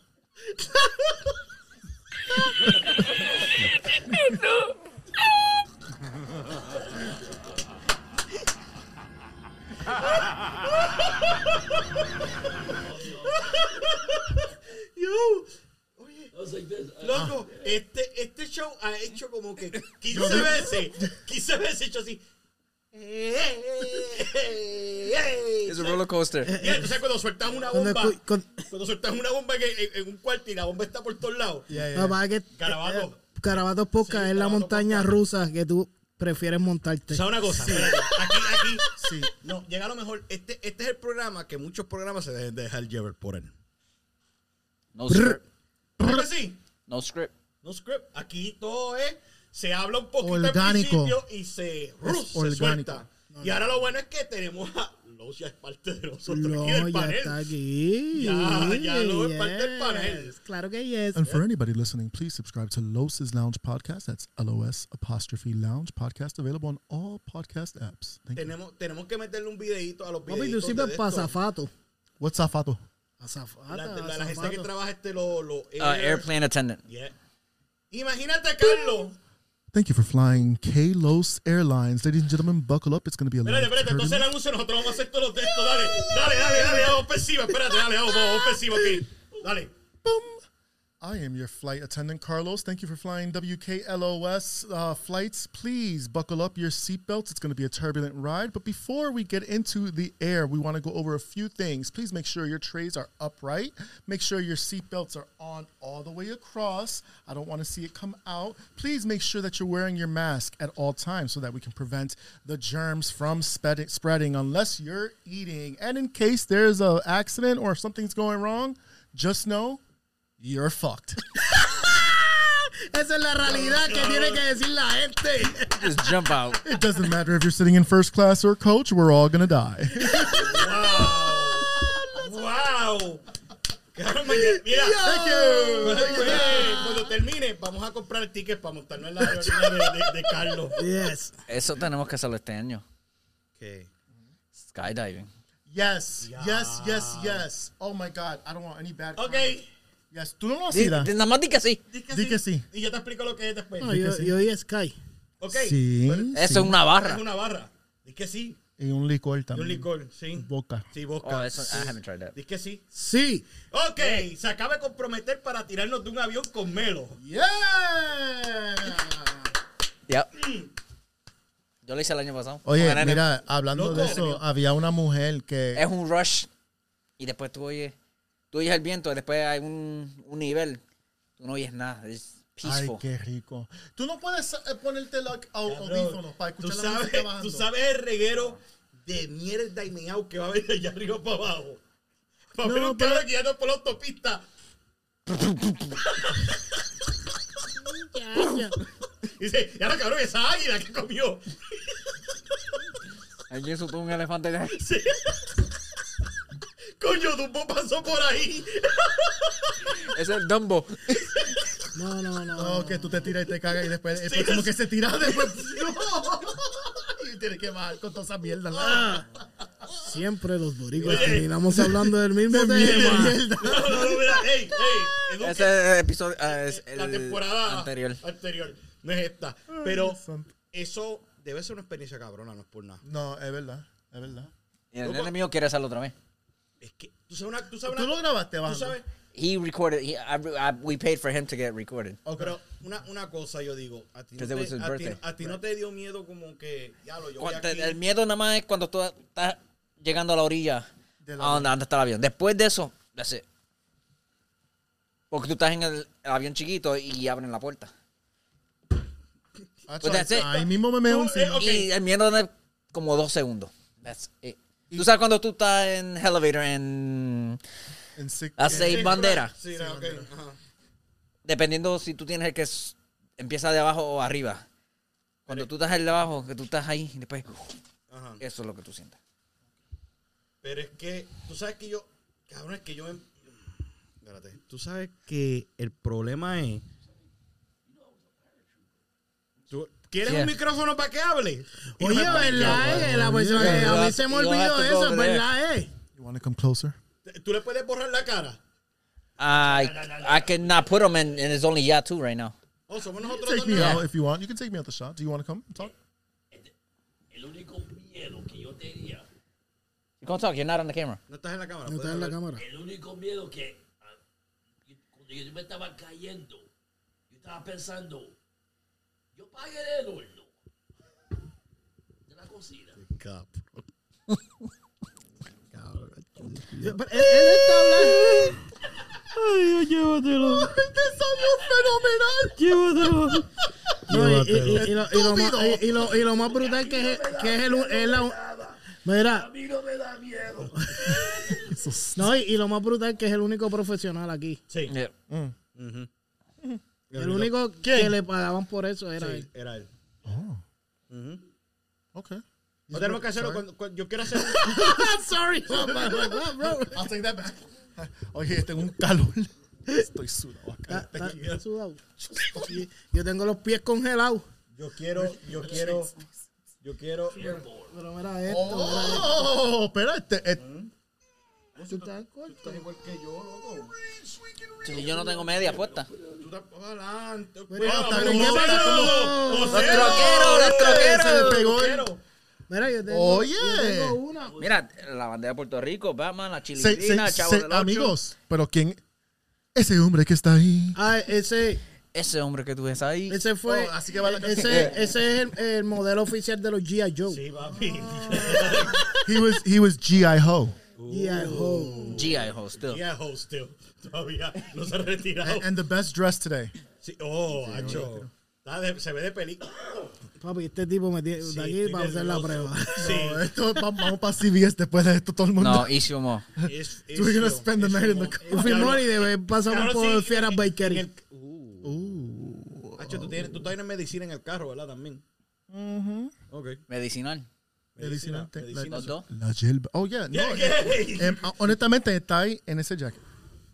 Speaker 3: Yo,
Speaker 5: I was like this. I-
Speaker 3: loco, este, este show ha hecho como que 15 veces. 15 veces he hecho así.
Speaker 7: It's a roller coaster.
Speaker 3: Y entonces cuando sueltas una
Speaker 6: Cuando
Speaker 3: bomba,
Speaker 6: escu- con-
Speaker 3: cuando sueltas una bomba en, en- en un cuarto y la bomba está por todos lados.
Speaker 6: Papá, que,
Speaker 3: Eh, Garabato.
Speaker 6: eh, Garabato Podcast
Speaker 3: Sí,
Speaker 6: es la
Speaker 3: Garabato
Speaker 6: montaña
Speaker 3: Podcast.
Speaker 6: rusa que tú prefieres montarte.
Speaker 3: O sea, una cosa, espérate, aquí, aquí, no, llega a lo mejor, este, este es el programa que muchos programas se dejan de dejar llevar por él.
Speaker 8: No script.
Speaker 3: ¿Es que sí?
Speaker 8: No script.
Speaker 3: No script. Aquí todo es. Se habla un poquito al
Speaker 4: Orgánico.
Speaker 3: principio y se, ¡ruf! se
Speaker 4: orgánico.
Speaker 3: suelta. y ahora lo bueno es que tenemos a Los ya es parte de nosotros
Speaker 6: No,
Speaker 3: aquí del
Speaker 6: ya
Speaker 3: panel.
Speaker 6: está aquí.
Speaker 3: Ya- ya lo es parte del
Speaker 6: Yes,
Speaker 3: panel.
Speaker 6: Claro que yes.
Speaker 4: And for anybody listening, please subscribe to Los's Lounge Podcast. That's L-O-S apostrophe Lounge Podcast, available on all podcast apps. Thank you.
Speaker 3: Tenemos, tenemos que meterle un videito a los
Speaker 6: Papi,
Speaker 3: videitos
Speaker 6: tú
Speaker 3: de
Speaker 6: sirves
Speaker 3: esto.
Speaker 6: para azafato.
Speaker 4: What's up, Fato?
Speaker 6: Azafata,
Speaker 3: La, la- la gente
Speaker 6: azafato.
Speaker 3: que trabaja este lo, lo
Speaker 8: Uh,
Speaker 3: air-
Speaker 8: airplane attendant.
Speaker 3: Yeah. Imagínate, Carlos.
Speaker 4: Thank you for flying K Los Airlines. Ladies and gentlemen, buckle up. It's going to be a
Speaker 3: Espérate,
Speaker 4: lot of
Speaker 3: espérate, entonces el
Speaker 4: turbulence.
Speaker 3: anuncio nosotros vamos a hacer todos los de estos. Dale, dale, dale, dale, vamos para encima. Espérate, dale, vamos, vamos para encima aquí. Dale.
Speaker 4: Boom. I am your flight attendant, Carlos. Thank you for flying WKLOS uh, flights. Please buckle up your seatbelts. It's going to be a turbulent ride. But before we get into the air, we want to go over a few things. Please make sure your trays are upright. Make sure your seatbelts are on all the way across. I don't want to see it come out. Please make sure that you're wearing your mask at all times so that we can prevent the germs from sped- spreading unless you're eating. And in case there's an accident or something's going wrong, just know you're fucked.
Speaker 6: Esa es la realidad que tiene que decir la gente.
Speaker 7: Just jump out.
Speaker 4: it doesn't matter if you're sitting in first class or coach, we're all gonna die.
Speaker 3: ¡Wow! Claro, mañana- Mira, Bueno, eh, cuando termine, vamos a comprar tickets para montarnos en la aerolínea de, de- de Carlos.
Speaker 6: Yes.
Speaker 8: Eso tenemos que hacerlo este año. Skydiving.
Speaker 4: yes, yes, yes, yes. Oh my god, I don't want any bad.
Speaker 3: Ok,
Speaker 4: comments. Yes, tú no lo
Speaker 8: Di-
Speaker 4: sigas.
Speaker 8: di- Nada más di que sí.
Speaker 4: Di que sí.
Speaker 3: y yo te explico lo que es después.
Speaker 6: No, yo, yo di Sky.
Speaker 3: Ok,
Speaker 4: Sí.
Speaker 8: Eso es una
Speaker 3: es
Speaker 8: barra.
Speaker 3: una barra. Dice que sí,
Speaker 4: Y un licor
Speaker 3: y
Speaker 4: también.
Speaker 3: un licor, sí.
Speaker 4: Boca.
Speaker 3: Sí, boca.
Speaker 8: Oh, eso, I haven't tried that.
Speaker 3: Dice que sí.
Speaker 6: Sí.
Speaker 3: Ok, se acaba de comprometer para tirarnos de un avión con Melo.
Speaker 4: Yeah.
Speaker 8: Yep. Yo lo hice el año pasado.
Speaker 4: Oye,
Speaker 8: Con el-
Speaker 4: mira, eh. hablando de
Speaker 3: Loco.
Speaker 4: eso, había una mujer que
Speaker 8: Es un rush. Y después tú oyes, tú oyes el viento, después hay un, un nivel. Tú no oyes nada. Es
Speaker 4: Ay,
Speaker 8: peaceful.
Speaker 4: qué rico. Tú no puedes eh, ponerte los au- audífonos para
Speaker 3: Tú
Speaker 4: escuchar la
Speaker 3: sabes,
Speaker 4: música bajando.
Speaker 3: tú sabes el reguero de mierda y meao que va a haber de allá arriba para abajo. Va a haber un carro guiando por la autopista. Dice, ya la cabrón, esa águila que comió.
Speaker 8: Alguien supo un elefante de ahí.
Speaker 3: Coño, Dumbo pasó por ahí.
Speaker 8: Es el Dumbo.
Speaker 6: No, no, no.
Speaker 4: No, que tú te tiras y te cagas y después es como que se tira después. ¡No! Y tienes que bajar con toda esa mierda.
Speaker 6: Siempre los boricuas terminamos hablando del mismo tema.
Speaker 3: No, no, no, mira, ey, ey, en un-
Speaker 8: Ese es el episodio. ah, es
Speaker 3: la
Speaker 8: el
Speaker 3: temporada
Speaker 8: Anterior.
Speaker 3: anterior. No es esta. Pero
Speaker 4: Dios santo.
Speaker 3: eso debe ser una experiencia cabrona, no es por nada.
Speaker 4: No, es verdad. Es verdad.
Speaker 8: Y el enemigo quiere hacerlo otra vez.
Speaker 3: Es que tú sabes una, tú sabes
Speaker 4: Tú
Speaker 3: una,
Speaker 4: lo grabaste,
Speaker 3: tú
Speaker 4: bajo.
Speaker 3: sabes,
Speaker 8: He recorded. he- I- I- we paid for him to get recorded.
Speaker 3: pero una, una cosa yo digo, a ti no
Speaker 8: 'Cause
Speaker 3: te,
Speaker 8: it was his
Speaker 3: a ti-
Speaker 8: birthday.
Speaker 3: a ti no te dio miedo como que ya lo yo voy
Speaker 8: Cuando-
Speaker 3: aquí.
Speaker 8: el miedo nada más es cuando tú estás llegando a la orilla
Speaker 4: De la
Speaker 8: a donde, donde está el avión. Después de eso, that's it. Porque tú estás en el, el avión chiquito y abren la puerta.
Speaker 4: Ah,
Speaker 8: Pues that's it.
Speaker 4: Ahí mismo me me
Speaker 3: Tú,
Speaker 4: once.
Speaker 3: eh, ok.
Speaker 8: Y el miedo es como dos segundos. That's it. Tú sabes cuando tú estás en elevator en
Speaker 4: En six-
Speaker 8: las seis
Speaker 3: Sí,
Speaker 8: banderas.
Speaker 3: Sí, no, ok, ajá.
Speaker 8: Dependiendo si tú tienes el que s- empieza de abajo o arriba. Cuando tú estás el de abajo, que tú estás ahí, y después
Speaker 3: Ajá.
Speaker 8: eso es lo que tú sientes.
Speaker 3: Pero es que, tú sabes que yo, cabrón, es que yo... em- Espérate. Tú sabes que el problema es... ¿Tú ¿Quieres
Speaker 8: Yeah.
Speaker 3: un micrófono para que hable? Y
Speaker 6: Oye,
Speaker 3: no me-
Speaker 6: ¿verdad? eh? La persona-
Speaker 8: Yeah, you
Speaker 6: a mí
Speaker 8: have-
Speaker 6: se me
Speaker 8: you have
Speaker 6: olvidó
Speaker 8: to
Speaker 6: eso,
Speaker 8: go there.
Speaker 6: ¿verdad? Eh?
Speaker 4: You wanna come closer?
Speaker 3: ¿Tú le puedes borrar la cara?
Speaker 8: I I could not put him in, and it's only yeah two right now.
Speaker 3: Oh, somos nosotros
Speaker 4: Take
Speaker 3: dos
Speaker 4: me
Speaker 3: nada.
Speaker 4: out if you want. You can take me out the shot. Do you wanna come talk?
Speaker 5: El único miedo que yo tenía,
Speaker 8: You gonna talk? You're not on the camera.
Speaker 3: No estás en la cámara.
Speaker 6: No está en la cámara.
Speaker 5: el único miedo que ah, yo- cuando yo me estaba cayendo, yo estaba pensando, yo pagué el horno de la cocina.
Speaker 6: Pero él- él está hablando- No, y- y- y- y lo- y lo más- y- y lo- Y lo más brutal que es, que es el... es la- mira,
Speaker 5: A mí no me da miedo.
Speaker 6: no, y, y lo más brutal que es el único profesional aquí.
Speaker 3: Sí.
Speaker 8: Yeah.
Speaker 6: El único que le pagaban por eso era él.
Speaker 3: Era él.
Speaker 4: Okay.
Speaker 3: No tenemos que hacerlo cuando, cuando- yo quiero hacer.
Speaker 6: Sorry.
Speaker 4: I'll take that back. Oye, tengo un calor. Estoy sudado acá.
Speaker 6: Está- está- está sudado. Y- Yo tengo los pies congelados.
Speaker 3: Yo quiero, yo quiero, yo quiero.
Speaker 6: Pero mira esto.
Speaker 4: Oh, espérate. eh,
Speaker 6: Tú estás corto.
Speaker 3: Igual que yo, loco.
Speaker 8: Sí, Yo no tengo media puesta.
Speaker 3: Tú estás para adelante.
Speaker 6: Mira,
Speaker 3: Cuidado,
Speaker 6: pero
Speaker 3: como
Speaker 6: ¿y qué pasa?
Speaker 3: cero, como
Speaker 8: Los
Speaker 3: cero.
Speaker 8: troqueros, los
Speaker 4: Se le
Speaker 8: troqueros.
Speaker 4: pegó el...
Speaker 3: Cero.
Speaker 6: Mira, yo tengo,
Speaker 4: Oye.
Speaker 6: yo tengo una.
Speaker 8: Mira, la bandera de Puerto Rico, Batman, la
Speaker 4: Se- se-
Speaker 8: chilindrina, Chavo
Speaker 4: se-
Speaker 8: del Ocho.
Speaker 4: amigos, pero ¿quién? Ese hombre que está ahí.
Speaker 6: Ah, ese,
Speaker 8: Ese hombre que tú ves ahí.
Speaker 6: ese fue.
Speaker 4: Oh, así que va la-
Speaker 6: ese, ese es el, el modelo oficial de los G.I. Joe.
Speaker 3: Sí, papi.
Speaker 4: He was, he was G.I. Ho.
Speaker 6: G.I. Joe.
Speaker 8: G.I. Ho, still.
Speaker 3: Yeah, hostel. Todavía no se ha retirado.
Speaker 4: And, and the best dressed today.
Speaker 3: Sí. Oh, Hacho. Está de- Se ve de película.
Speaker 6: Papi, este tipo me tiene
Speaker 3: Sí,
Speaker 6: de aquí
Speaker 3: estoy
Speaker 6: para hacer la
Speaker 3: nervioso.
Speaker 6: prueba.
Speaker 3: Sí.
Speaker 4: No, esto, va- vamos para CBS después de esto, todo el mundo.
Speaker 8: No, Easy Mo.
Speaker 3: Es- es
Speaker 4: We're gonna
Speaker 3: yo,
Speaker 4: spend the
Speaker 3: es
Speaker 4: night in the
Speaker 3: como-
Speaker 4: car.
Speaker 6: Y firmó y de- pasamos
Speaker 3: Cabrón,
Speaker 6: por
Speaker 3: sí,
Speaker 6: Fiera
Speaker 3: en-
Speaker 6: Bakery.
Speaker 3: en el- Uh. Hacho, tú, tienes, tú tienes medicina en el carro, ¿verdad? También. Ok.
Speaker 8: Medicinal.
Speaker 4: Medicina, te-
Speaker 3: medicina.
Speaker 8: Los dos.
Speaker 4: La gelba. Oh, yeah. No,
Speaker 3: ¿Qué?
Speaker 4: em, honestamente, está ahí en ese jacket.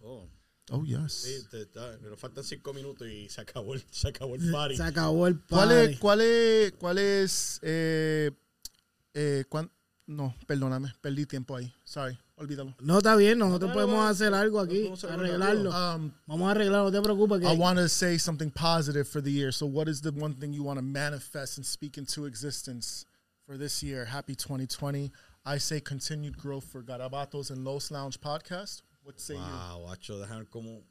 Speaker 3: Oh,
Speaker 4: Oh, yes.
Speaker 3: sí, te- está- nos faltan cinco minutos y se acabó el, se acabó el party.
Speaker 6: Se acabó el
Speaker 4: ¿Cuál
Speaker 6: party.
Speaker 4: es, cuál es, cuál es, eh, eh, cuán- no, perdóname, perdí tiempo ahí. Sorry, olvídalo.
Speaker 6: No, está bien. Nosotros podemos hacer algo aquí.
Speaker 3: podemos hacer algo. Ah,
Speaker 6: Arreglarlo.
Speaker 4: Um,
Speaker 6: Vamos a arreglarlo, no te preocupes.
Speaker 4: I
Speaker 6: Que
Speaker 4: want to say something positive for the year. So, what is the one thing you want to manifest and speak into existence for this year? Happy 2020. I say continued growth for Garabatos and Los Lounge podcast. What say you?
Speaker 3: Wow, Hacho, dejan como...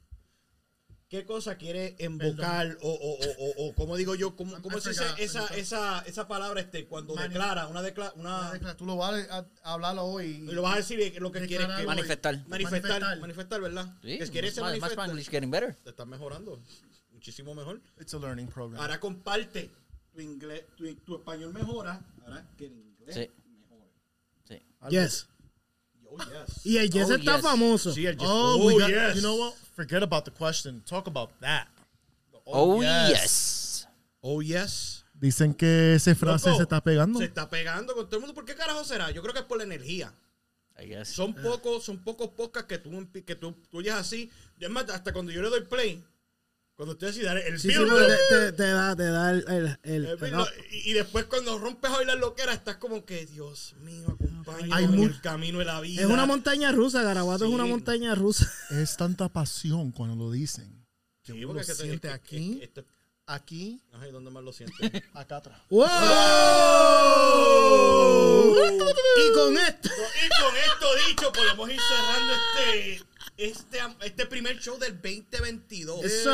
Speaker 3: ¿Qué cosa quiere embocar o, o, o, o, o cómo digo yo, cómo, cómo
Speaker 4: I
Speaker 3: se dice
Speaker 4: forgot, I
Speaker 3: esa,
Speaker 4: forgot.
Speaker 3: esa, esa palabra este, cuando
Speaker 4: Mani-
Speaker 3: declara, una, decla, una
Speaker 4: Tú lo vas a hablar hoy.
Speaker 3: y lo vas a decir lo que quieres
Speaker 4: Declarar
Speaker 3: que
Speaker 4: algo.
Speaker 8: Manifestar.
Speaker 3: manifestar,
Speaker 4: Manifestar.
Speaker 3: manifestar, ¿verdad?
Speaker 8: Sí,
Speaker 3: que quieres ser
Speaker 8: más, más
Speaker 3: manifestar.
Speaker 8: Spanish getting better.
Speaker 3: Te estás mejorando, muchísimo mejor.
Speaker 4: It's a learning program.
Speaker 3: Ahora comparte tu inglés, tu, tu español mejora, ahora que el inglés
Speaker 8: Sí.
Speaker 3: mejore.
Speaker 6: yes.
Speaker 3: Oh, yes.
Speaker 6: Y el Yes
Speaker 8: Oh,
Speaker 6: está
Speaker 8: yes.
Speaker 6: famoso.
Speaker 3: Sí, el yes.
Speaker 4: Oh, we got, you know what? Forget about the question. Talk about that.
Speaker 8: Oh,
Speaker 4: yes.
Speaker 8: yes.
Speaker 3: Oh, yes.
Speaker 4: Dicen que ese frase
Speaker 3: Loco,
Speaker 4: se está pegando.
Speaker 3: Se está pegando con todo el mundo. ¿Por qué carajo será? Yo creo que es por la energía.
Speaker 8: I guess.
Speaker 3: Son pocos, son pocos podcasts que tú, empi- que tú, tú oyes así. Y Es más, hasta cuando yo le doy play, cuando estoy así, dar el
Speaker 6: Sí, Ah, sí,
Speaker 3: piu,
Speaker 6: porque
Speaker 3: piu,
Speaker 6: te, te- te da, te da el, el- el-
Speaker 3: eh,
Speaker 6: el
Speaker 3: no,
Speaker 6: up.
Speaker 3: y, y después cuando rompes a bailar loquera, estás como que, Dios mío, acompaña
Speaker 4: Hay
Speaker 3: en
Speaker 4: mu-
Speaker 3: el camino de la vida.
Speaker 6: Es una montaña rusa, Garabato es una
Speaker 3: Sí.
Speaker 6: montaña rusa.
Speaker 4: Es tanta pasión cuando lo dicen. Que
Speaker 3: Sí,
Speaker 4: uno
Speaker 3: porque
Speaker 4: lo
Speaker 3: es que esto-
Speaker 4: siente
Speaker 3: es que-
Speaker 4: aquí,
Speaker 3: es que esto-
Speaker 4: aquí,
Speaker 3: Ay, ¿dónde más lo siente?
Speaker 4: acá atrás.
Speaker 6: ¡Wow! Y con esto.
Speaker 3: Y con esto dicho, podemos ir cerrando este, este, este primer show del 2022.
Speaker 6: Eso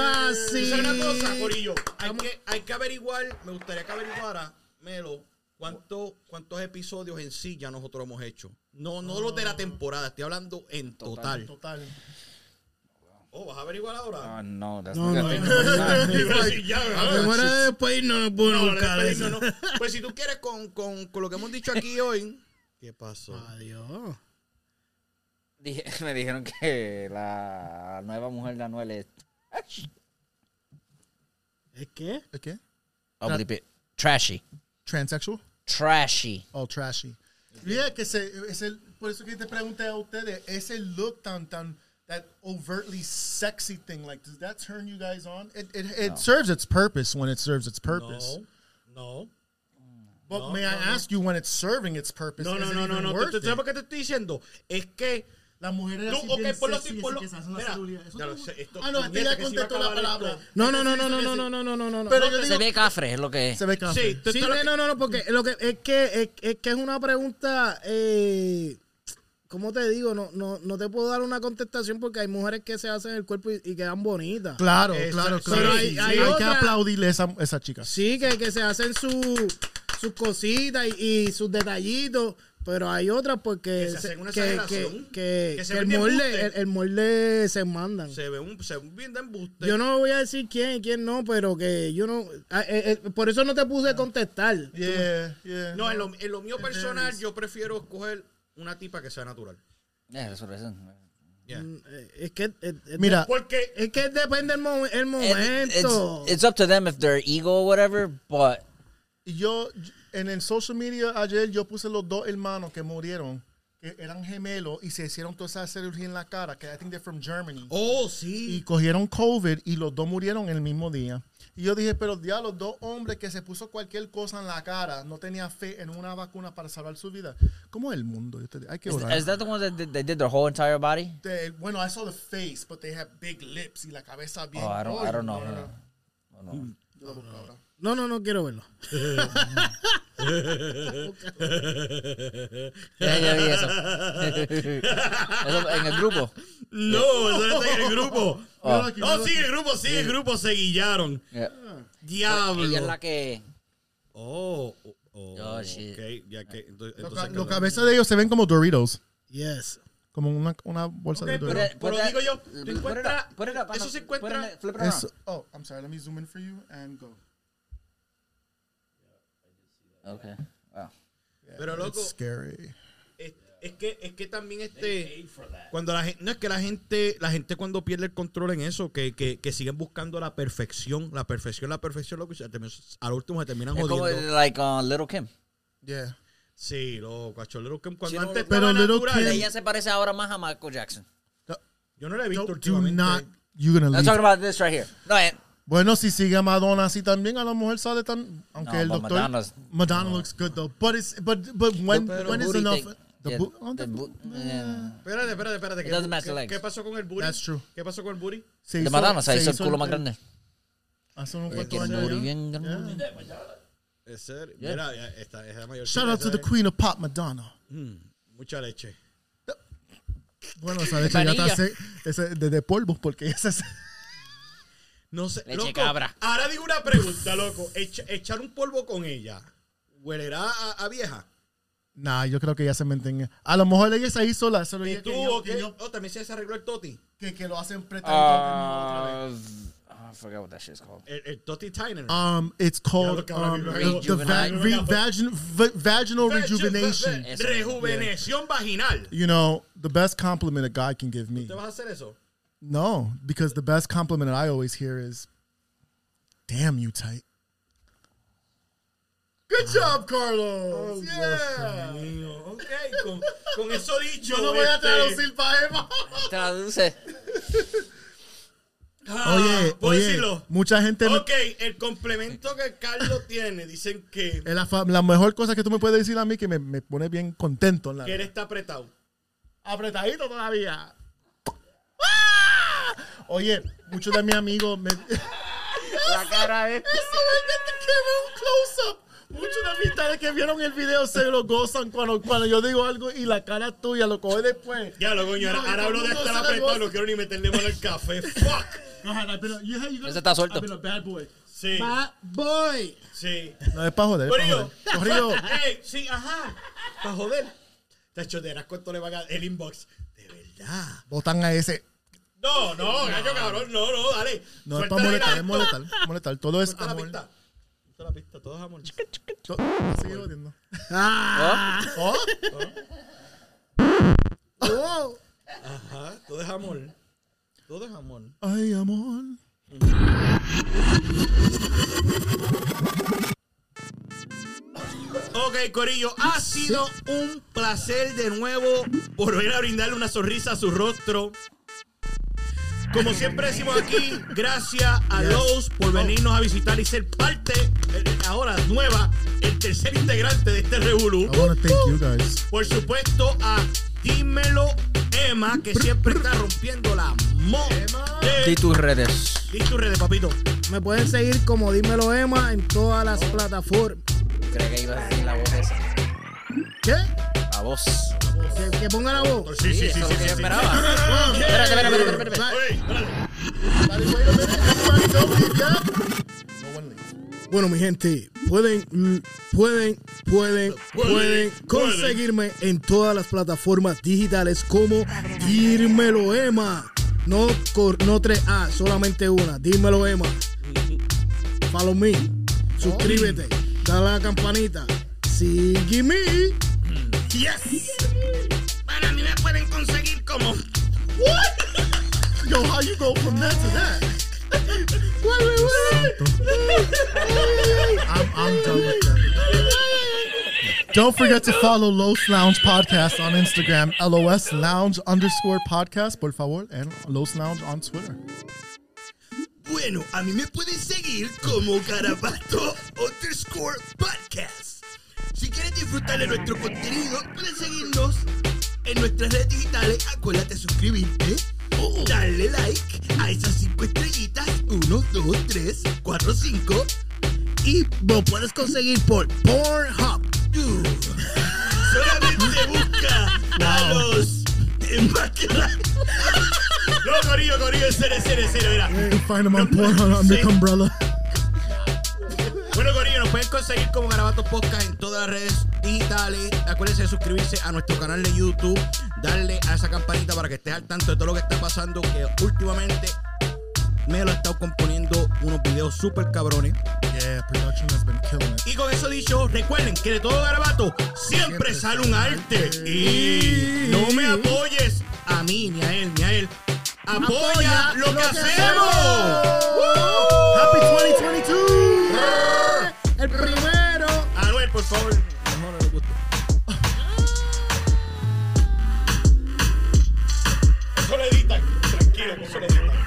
Speaker 3: Esa
Speaker 6: así.
Speaker 3: Eh, es una cosa, Corillo. Hay que, hay que averiguar, me gustaría que averiguara, Melo, cuánto, cuántos episodios en sí ya nosotros hemos hecho. No, no los de la temporada, estoy hablando en Ah. total.
Speaker 4: Total.
Speaker 3: Oh, ¿vas a averiguar ahora? Pues,
Speaker 8: Ah, no, that's
Speaker 6: No,
Speaker 8: not
Speaker 6: no,
Speaker 8: a thing.
Speaker 3: Pero Ah, sí, ya, ¿verdad?
Speaker 6: Fuera de después no me puedo
Speaker 3: No, no,
Speaker 6: buscar
Speaker 3: después,
Speaker 6: eso.
Speaker 3: no, no. Pues si tú quieres con, con, con lo que hemos dicho aquí hoy. ¿Qué pasó?
Speaker 6: Adiós.
Speaker 8: Dije- me dijeron que la nueva mujer de Anuel es
Speaker 6: ¿Es qué?
Speaker 4: ¿De qué?
Speaker 8: ugly bit. Trashy.
Speaker 4: Transsexual?
Speaker 8: Trashy.
Speaker 4: Oh, trashy. Yeah, que se, es el, por eso que te pregunté a ustedes, ese look tan, tan, that overtly sexy thing, like, does that turn you guys on? It, it, it serves its purpose when it serves its purpose.
Speaker 3: No.
Speaker 4: But may I ask you, when it's serving its purpose,
Speaker 3: No,
Speaker 4: is
Speaker 3: no,
Speaker 4: it
Speaker 3: no, no,
Speaker 4: even
Speaker 3: no.
Speaker 4: worth
Speaker 3: ¿Tú sabes
Speaker 4: it?
Speaker 3: por qué te estoy diciendo? Es que.
Speaker 4: La mujer es
Speaker 3: No,
Speaker 4: así
Speaker 3: ok,
Speaker 4: bien
Speaker 3: ponlo así,
Speaker 4: sexy, así
Speaker 3: ponlo-
Speaker 4: que se hace la
Speaker 3: Mira,
Speaker 4: celulia. Eso
Speaker 3: ya lo
Speaker 4: tú-
Speaker 3: sé, esto-
Speaker 4: ah, no,
Speaker 3: puñeta,
Speaker 4: este ya
Speaker 3: que sí va a
Speaker 4: contestó la
Speaker 3: acabar esto.
Speaker 4: palabra.
Speaker 6: No, no, no, no, no, no, no, no, no, no, no.
Speaker 4: Pero yo
Speaker 8: Se
Speaker 4: digo,
Speaker 8: ve cafre, es lo que es.
Speaker 4: se ve café.
Speaker 3: Sí, tú-
Speaker 6: Sí,
Speaker 3: tú lo que-
Speaker 6: no, no, no, porque lo que es que es, es que es una pregunta, eh, ¿cómo te digo? No, no, no te puedo dar una contestación porque hay mujeres que se hacen el cuerpo y, y quedan bonitas.
Speaker 4: Claro,
Speaker 3: Esa-
Speaker 4: claro,
Speaker 3: sí,
Speaker 4: claro.
Speaker 3: sí,
Speaker 4: hay
Speaker 3: sí.
Speaker 4: hay que
Speaker 6: Hay otra-
Speaker 4: aplaudirle a esa, esa chica.
Speaker 6: Sí, que, que se hacen su- sus cositas y, y sus detallitos, pero hay otras porque
Speaker 3: Que se hacen una
Speaker 6: que,
Speaker 3: exageración,
Speaker 6: que- que-
Speaker 3: que se
Speaker 6: que el,
Speaker 3: ven de
Speaker 6: molde,
Speaker 3: embuste.
Speaker 6: el, el molde se mandan.
Speaker 3: Se ve un, se ve un bien de embuste.
Speaker 6: Yo no voy a decir quién y quién no, pero que yo no... ah, eh, eh, por eso no te puse a contestar. Eh,
Speaker 4: Yeah, yeah.
Speaker 3: No, en lo, en lo mío personal, yo prefiero escoger una tipa que sea natural.
Speaker 8: Yeah, eso es.
Speaker 3: Yeah.
Speaker 6: Mm, eh, Es que... eh, eh,
Speaker 4: Mira,
Speaker 3: Porque
Speaker 6: Es que depende el, mo- el
Speaker 8: It-
Speaker 6: momento.
Speaker 8: it's, it's up to them if they're ego or whatever, but
Speaker 4: yo en el social media ayer yo puse los dos hermanos que murieron que eran gemelos y se hicieron toda esa cirugía en la cara que I think they're from Germany
Speaker 3: Oh, sí.
Speaker 4: y cogieron COVID y los dos murieron el mismo día y yo dije pero ya los dos hombres que se puso cualquier cosa en la cara no tenía fe en una vacuna para salvar su vida ¿cómo es el mundo? Yo te digo, hay que
Speaker 8: is,
Speaker 4: orar
Speaker 8: is that the one that did, they did their whole entire body?
Speaker 4: They- bueno I saw the face but they have big lips y la cabeza bien
Speaker 8: Oh, I don't, I don't know.
Speaker 4: No, no, no.
Speaker 8: I don't know.
Speaker 4: Yo lo busco ahora.
Speaker 6: No, no, no quiero verlo.
Speaker 8: Ya, ya vi eso. Eso en el grupo.
Speaker 3: No, eso no está en el grupo.
Speaker 8: Oh.
Speaker 3: Oh, sí, el grupo, sí, el grupo se guillaron.
Speaker 8: Yeah. Ella es
Speaker 3: Diablo.
Speaker 8: la que.
Speaker 3: Oh, oh, oh,
Speaker 8: Oh, shit.
Speaker 3: ok. Ya que, entonces,
Speaker 4: Los
Speaker 3: entonces-
Speaker 4: ca- los cabezas de ellos se ven como Doritos
Speaker 6: Yes.
Speaker 4: como una, una bolsa de Doritos
Speaker 8: Put it-
Speaker 3: Pero
Speaker 8: put it-
Speaker 3: digo yo, tú
Speaker 8: put it
Speaker 3: encuentras-
Speaker 8: up, put it up,
Speaker 3: eso
Speaker 8: no,
Speaker 3: se
Speaker 8: put it
Speaker 3: encuentra-
Speaker 8: in- flip it
Speaker 4: Eso-
Speaker 8: around.
Speaker 4: oh, I'm sorry. Let me zoom in for you and go.
Speaker 8: Okay. Wow.
Speaker 3: Pero loco,
Speaker 4: scary.
Speaker 3: es, es que, es que también este... Cuando la gente, no es que la gente, la gente cuando pierde el control en eso, que, que, que siguen buscando la perfección, la perfección, la perfección, loco, y se terminan- al último se terminan
Speaker 8: Es como
Speaker 3: jodiendo.
Speaker 8: like uh, Little Kim.
Speaker 4: Yeah.
Speaker 3: Sí, loco, a Little Kim, cuando
Speaker 8: Sí, no,
Speaker 3: antes
Speaker 4: pero
Speaker 3: estaba
Speaker 4: Little
Speaker 3: natural,
Speaker 4: Kim-
Speaker 3: ella-
Speaker 8: Ella se parece ahora más a Michael Jackson.
Speaker 3: yo no la he visto
Speaker 4: Don't, do
Speaker 3: últimamente.
Speaker 4: not. You're gonna
Speaker 8: I'm
Speaker 4: leave.
Speaker 8: talking about this right here. No, and,
Speaker 4: Bueno, si sigue a Madonna así también, a la mujer sale tan. Aunque
Speaker 8: No,
Speaker 4: el
Speaker 8: but
Speaker 4: doctor.
Speaker 8: Madonna's-
Speaker 4: Madonna looks good though. But it's but but when
Speaker 8: Pero
Speaker 4: when is
Speaker 8: booty
Speaker 4: enough?
Speaker 8: thing.
Speaker 4: The
Speaker 8: Yeah,
Speaker 4: bo- oh,
Speaker 8: the
Speaker 4: the-
Speaker 8: bo- eh, yeah.
Speaker 3: Espérate, espérate, espérate.
Speaker 8: It
Speaker 3: ¿Qué,
Speaker 8: doesn't match
Speaker 3: qué-
Speaker 8: the legs.
Speaker 3: qué pasó con el booty?
Speaker 4: That's true.
Speaker 3: ¿Qué pasó con el booty?
Speaker 4: se
Speaker 8: De
Speaker 4: hizo-
Speaker 8: Madonna se hizo el culo
Speaker 4: el-
Speaker 8: más grande.
Speaker 4: Hace unos
Speaker 8: Ella
Speaker 4: cuantos
Speaker 8: quiere
Speaker 4: años.
Speaker 8: morir
Speaker 4: ya.
Speaker 8: bien grande.
Speaker 3: Es ser, mira, ya está, es la mayor.
Speaker 4: Shout out
Speaker 3: esa
Speaker 4: to the
Speaker 3: es-
Speaker 4: queen of pop, Madonna.
Speaker 3: Mucha leche.
Speaker 4: Bueno, esa leche ya está
Speaker 8: Vanilla.
Speaker 4: se- ese- de, de polvo porque esa es.
Speaker 3: No sé,
Speaker 8: Leche
Speaker 3: loco,
Speaker 8: cabra.
Speaker 3: Ahora digo una pregunta, loco. Echa- echar un polvo con ella, ¿huelerá a, a vieja?
Speaker 4: Nah, yo creo que ya se meten. A lo mejor ella se hizo la. solo
Speaker 3: ¿Y
Speaker 4: ella
Speaker 3: tú
Speaker 4: que yo-
Speaker 3: o
Speaker 4: que
Speaker 3: qué?
Speaker 4: yo-
Speaker 3: Oh, también se arregló el toti.
Speaker 4: que, que lo
Speaker 8: Ah.
Speaker 4: hacen pretender otra vez.
Speaker 8: Uh, I forgot what that shit's called.
Speaker 3: El, el toti tiner.
Speaker 4: Um, it's
Speaker 3: lo
Speaker 4: called
Speaker 3: que ahora
Speaker 4: um,
Speaker 3: mismo-
Speaker 4: the va-
Speaker 8: Rejuvenate.
Speaker 4: re- vagin- v- vaginal rejuvenation.
Speaker 8: Eso.
Speaker 3: Rejuvenación vaginal.
Speaker 4: You know, the best compliment a guy can give me.
Speaker 3: ¿Te vas a hacer eso?
Speaker 4: No, because the best compliment that I always hear is, "Damn, you tight." Good job, Carlos. yeah.
Speaker 3: Ok, con, con eso dicho.
Speaker 4: Yo no voy a
Speaker 3: este,
Speaker 4: traducir para Emma.
Speaker 8: Traduce.
Speaker 3: ah,
Speaker 4: Oye,
Speaker 3: ¿puedo
Speaker 4: oye,
Speaker 3: decirlo?
Speaker 4: mucha gente. me-
Speaker 3: Ok, el complemento que Carlos tiene, dicen que,
Speaker 4: Es la, fa- la mejor cosa que tú me puedes decir a mí que me, me pone bien contento. en la-
Speaker 3: que él está apretado.
Speaker 4: Apretadito todavía. ¡Ah! Oye, muchos de mis amigos me.
Speaker 7: La cara de.
Speaker 4: Eso es que me un close-up. Muchos de mis tales que vieron el video se lo gozan cuando, cuando yo digo algo y la cara tuya lo coge después.
Speaker 3: Ya lo coño, ahora,
Speaker 4: No,
Speaker 3: ahora
Speaker 4: todo
Speaker 3: hablo de
Speaker 4: el mundo
Speaker 3: estar
Speaker 4: se la
Speaker 3: apretado,
Speaker 4: goza.
Speaker 3: no quiero ni meterle mano al café. Fuck.
Speaker 4: Ajá, I've been a- you- you gotta-
Speaker 8: Ese está suelto.
Speaker 4: I've been a bad boy.
Speaker 3: Sí,
Speaker 6: Bad boy.
Speaker 3: sí.
Speaker 4: No es para joder. es pa'
Speaker 3: Corillo.
Speaker 4: joder. Corillo.
Speaker 3: Ey, sí, ajá. Para joder. Tacho, te verás cuánto le van a el inbox. De verdad.
Speaker 4: Votan a ese.
Speaker 3: No, no, gallo cabrón, no, no, dale.
Speaker 4: No es
Speaker 3: Suelta
Speaker 4: para
Speaker 3: la
Speaker 4: molestar, es
Speaker 3: pista,
Speaker 4: molestar. Molestar. Todo es
Speaker 3: suelta la
Speaker 4: amor.
Speaker 3: pista. Suelta la pista, todos amor.
Speaker 4: To- Sigue jodiendo. Oh,
Speaker 3: Ajá, todo es amor. Todo es amor.
Speaker 4: Ay, amor.
Speaker 3: Ok, Corillo, ha sido un placer de nuevo volver a brindarle una sonrisa a su rostro. Como siempre decimos aquí, gracias a Lowe's por venirnos a visitar y ser parte, eh, ahora nueva, el tercer integrante de este Revolu.
Speaker 4: I wanna thank you guys.
Speaker 3: Por supuesto, a Dímelo Emma, que siempre está rompiendo la mo.
Speaker 8: Di
Speaker 3: Eh,
Speaker 8: tus redes.
Speaker 3: Di tus redes, papito.
Speaker 6: Me pueden seguir como Dímelo Emma en todas las plataformas.
Speaker 8: Creo que iba a decir la voz esa.
Speaker 6: ¿Qué?
Speaker 8: La voz.
Speaker 6: Que, que ponga la voz.
Speaker 3: Sí, sí, sí,
Speaker 8: eso es
Speaker 3: sí,
Speaker 8: lo que
Speaker 3: sí,
Speaker 8: yo
Speaker 3: sí.
Speaker 8: esperaba. Espérate, espérate, espérate, espérate, espérate.
Speaker 3: Oye, espérate.
Speaker 6: Bueno, mi gente, pueden, mm, pueden, pueden, pueden conseguirme en todas las plataformas digitales como Dímelo Emma. No, cor- no 3A, solamente una. Dímelo Emma. Follow me. Suscríbete. Dale a la campanita. Sígueme.
Speaker 3: Yes. Para mí me pueden conseguir como
Speaker 4: Yo, how you go from that to that? I'm, I'm done with that. Don't forget to follow Los Lounge Podcast on Instagram, LOS Lounge underscore podcast, por favor, and Los Lounge on Twitter.
Speaker 2: Bueno, a mí me pueden seguir como Garabato underscore podcast. Si quieres disfrutar de nuestro contenido, puedes seguirnos en nuestras redes digitales. Acuérdate de suscribirte, darle like a esas cinco estrellitas. 1, 2, 3, 4, 5.
Speaker 6: Y lo puedes conseguir por Pornhub.
Speaker 2: Solamente busca a los...
Speaker 3: No, Corillo, Corillo, cero, cero, cero, mira.
Speaker 2: Eh.
Speaker 4: You can find them on Pornhub under umbrella.
Speaker 3: Bueno, Corillo, nos pueden conseguir como Garabato Podcast en todas las redes digitales. Acuérdense de suscribirse a nuestro canal de YouTube, darle a esa campanita para que estés al tanto de todo lo que está pasando, que últimamente me lo he estado componiendo unos videos súper cabrones.
Speaker 4: Yeah, production has been killing it.
Speaker 3: Y con eso dicho, recuerden que de todo garabato siempre sale un arte. Y no me apoyes a mí, ni a él, ni a él. Apoya lo que hacemos.
Speaker 4: Happy 2022!
Speaker 3: ¡Ah!
Speaker 6: El primero.
Speaker 3: Anuel, Ah, por favor. Eso lo editan. Tranquilo, que eso lo editan.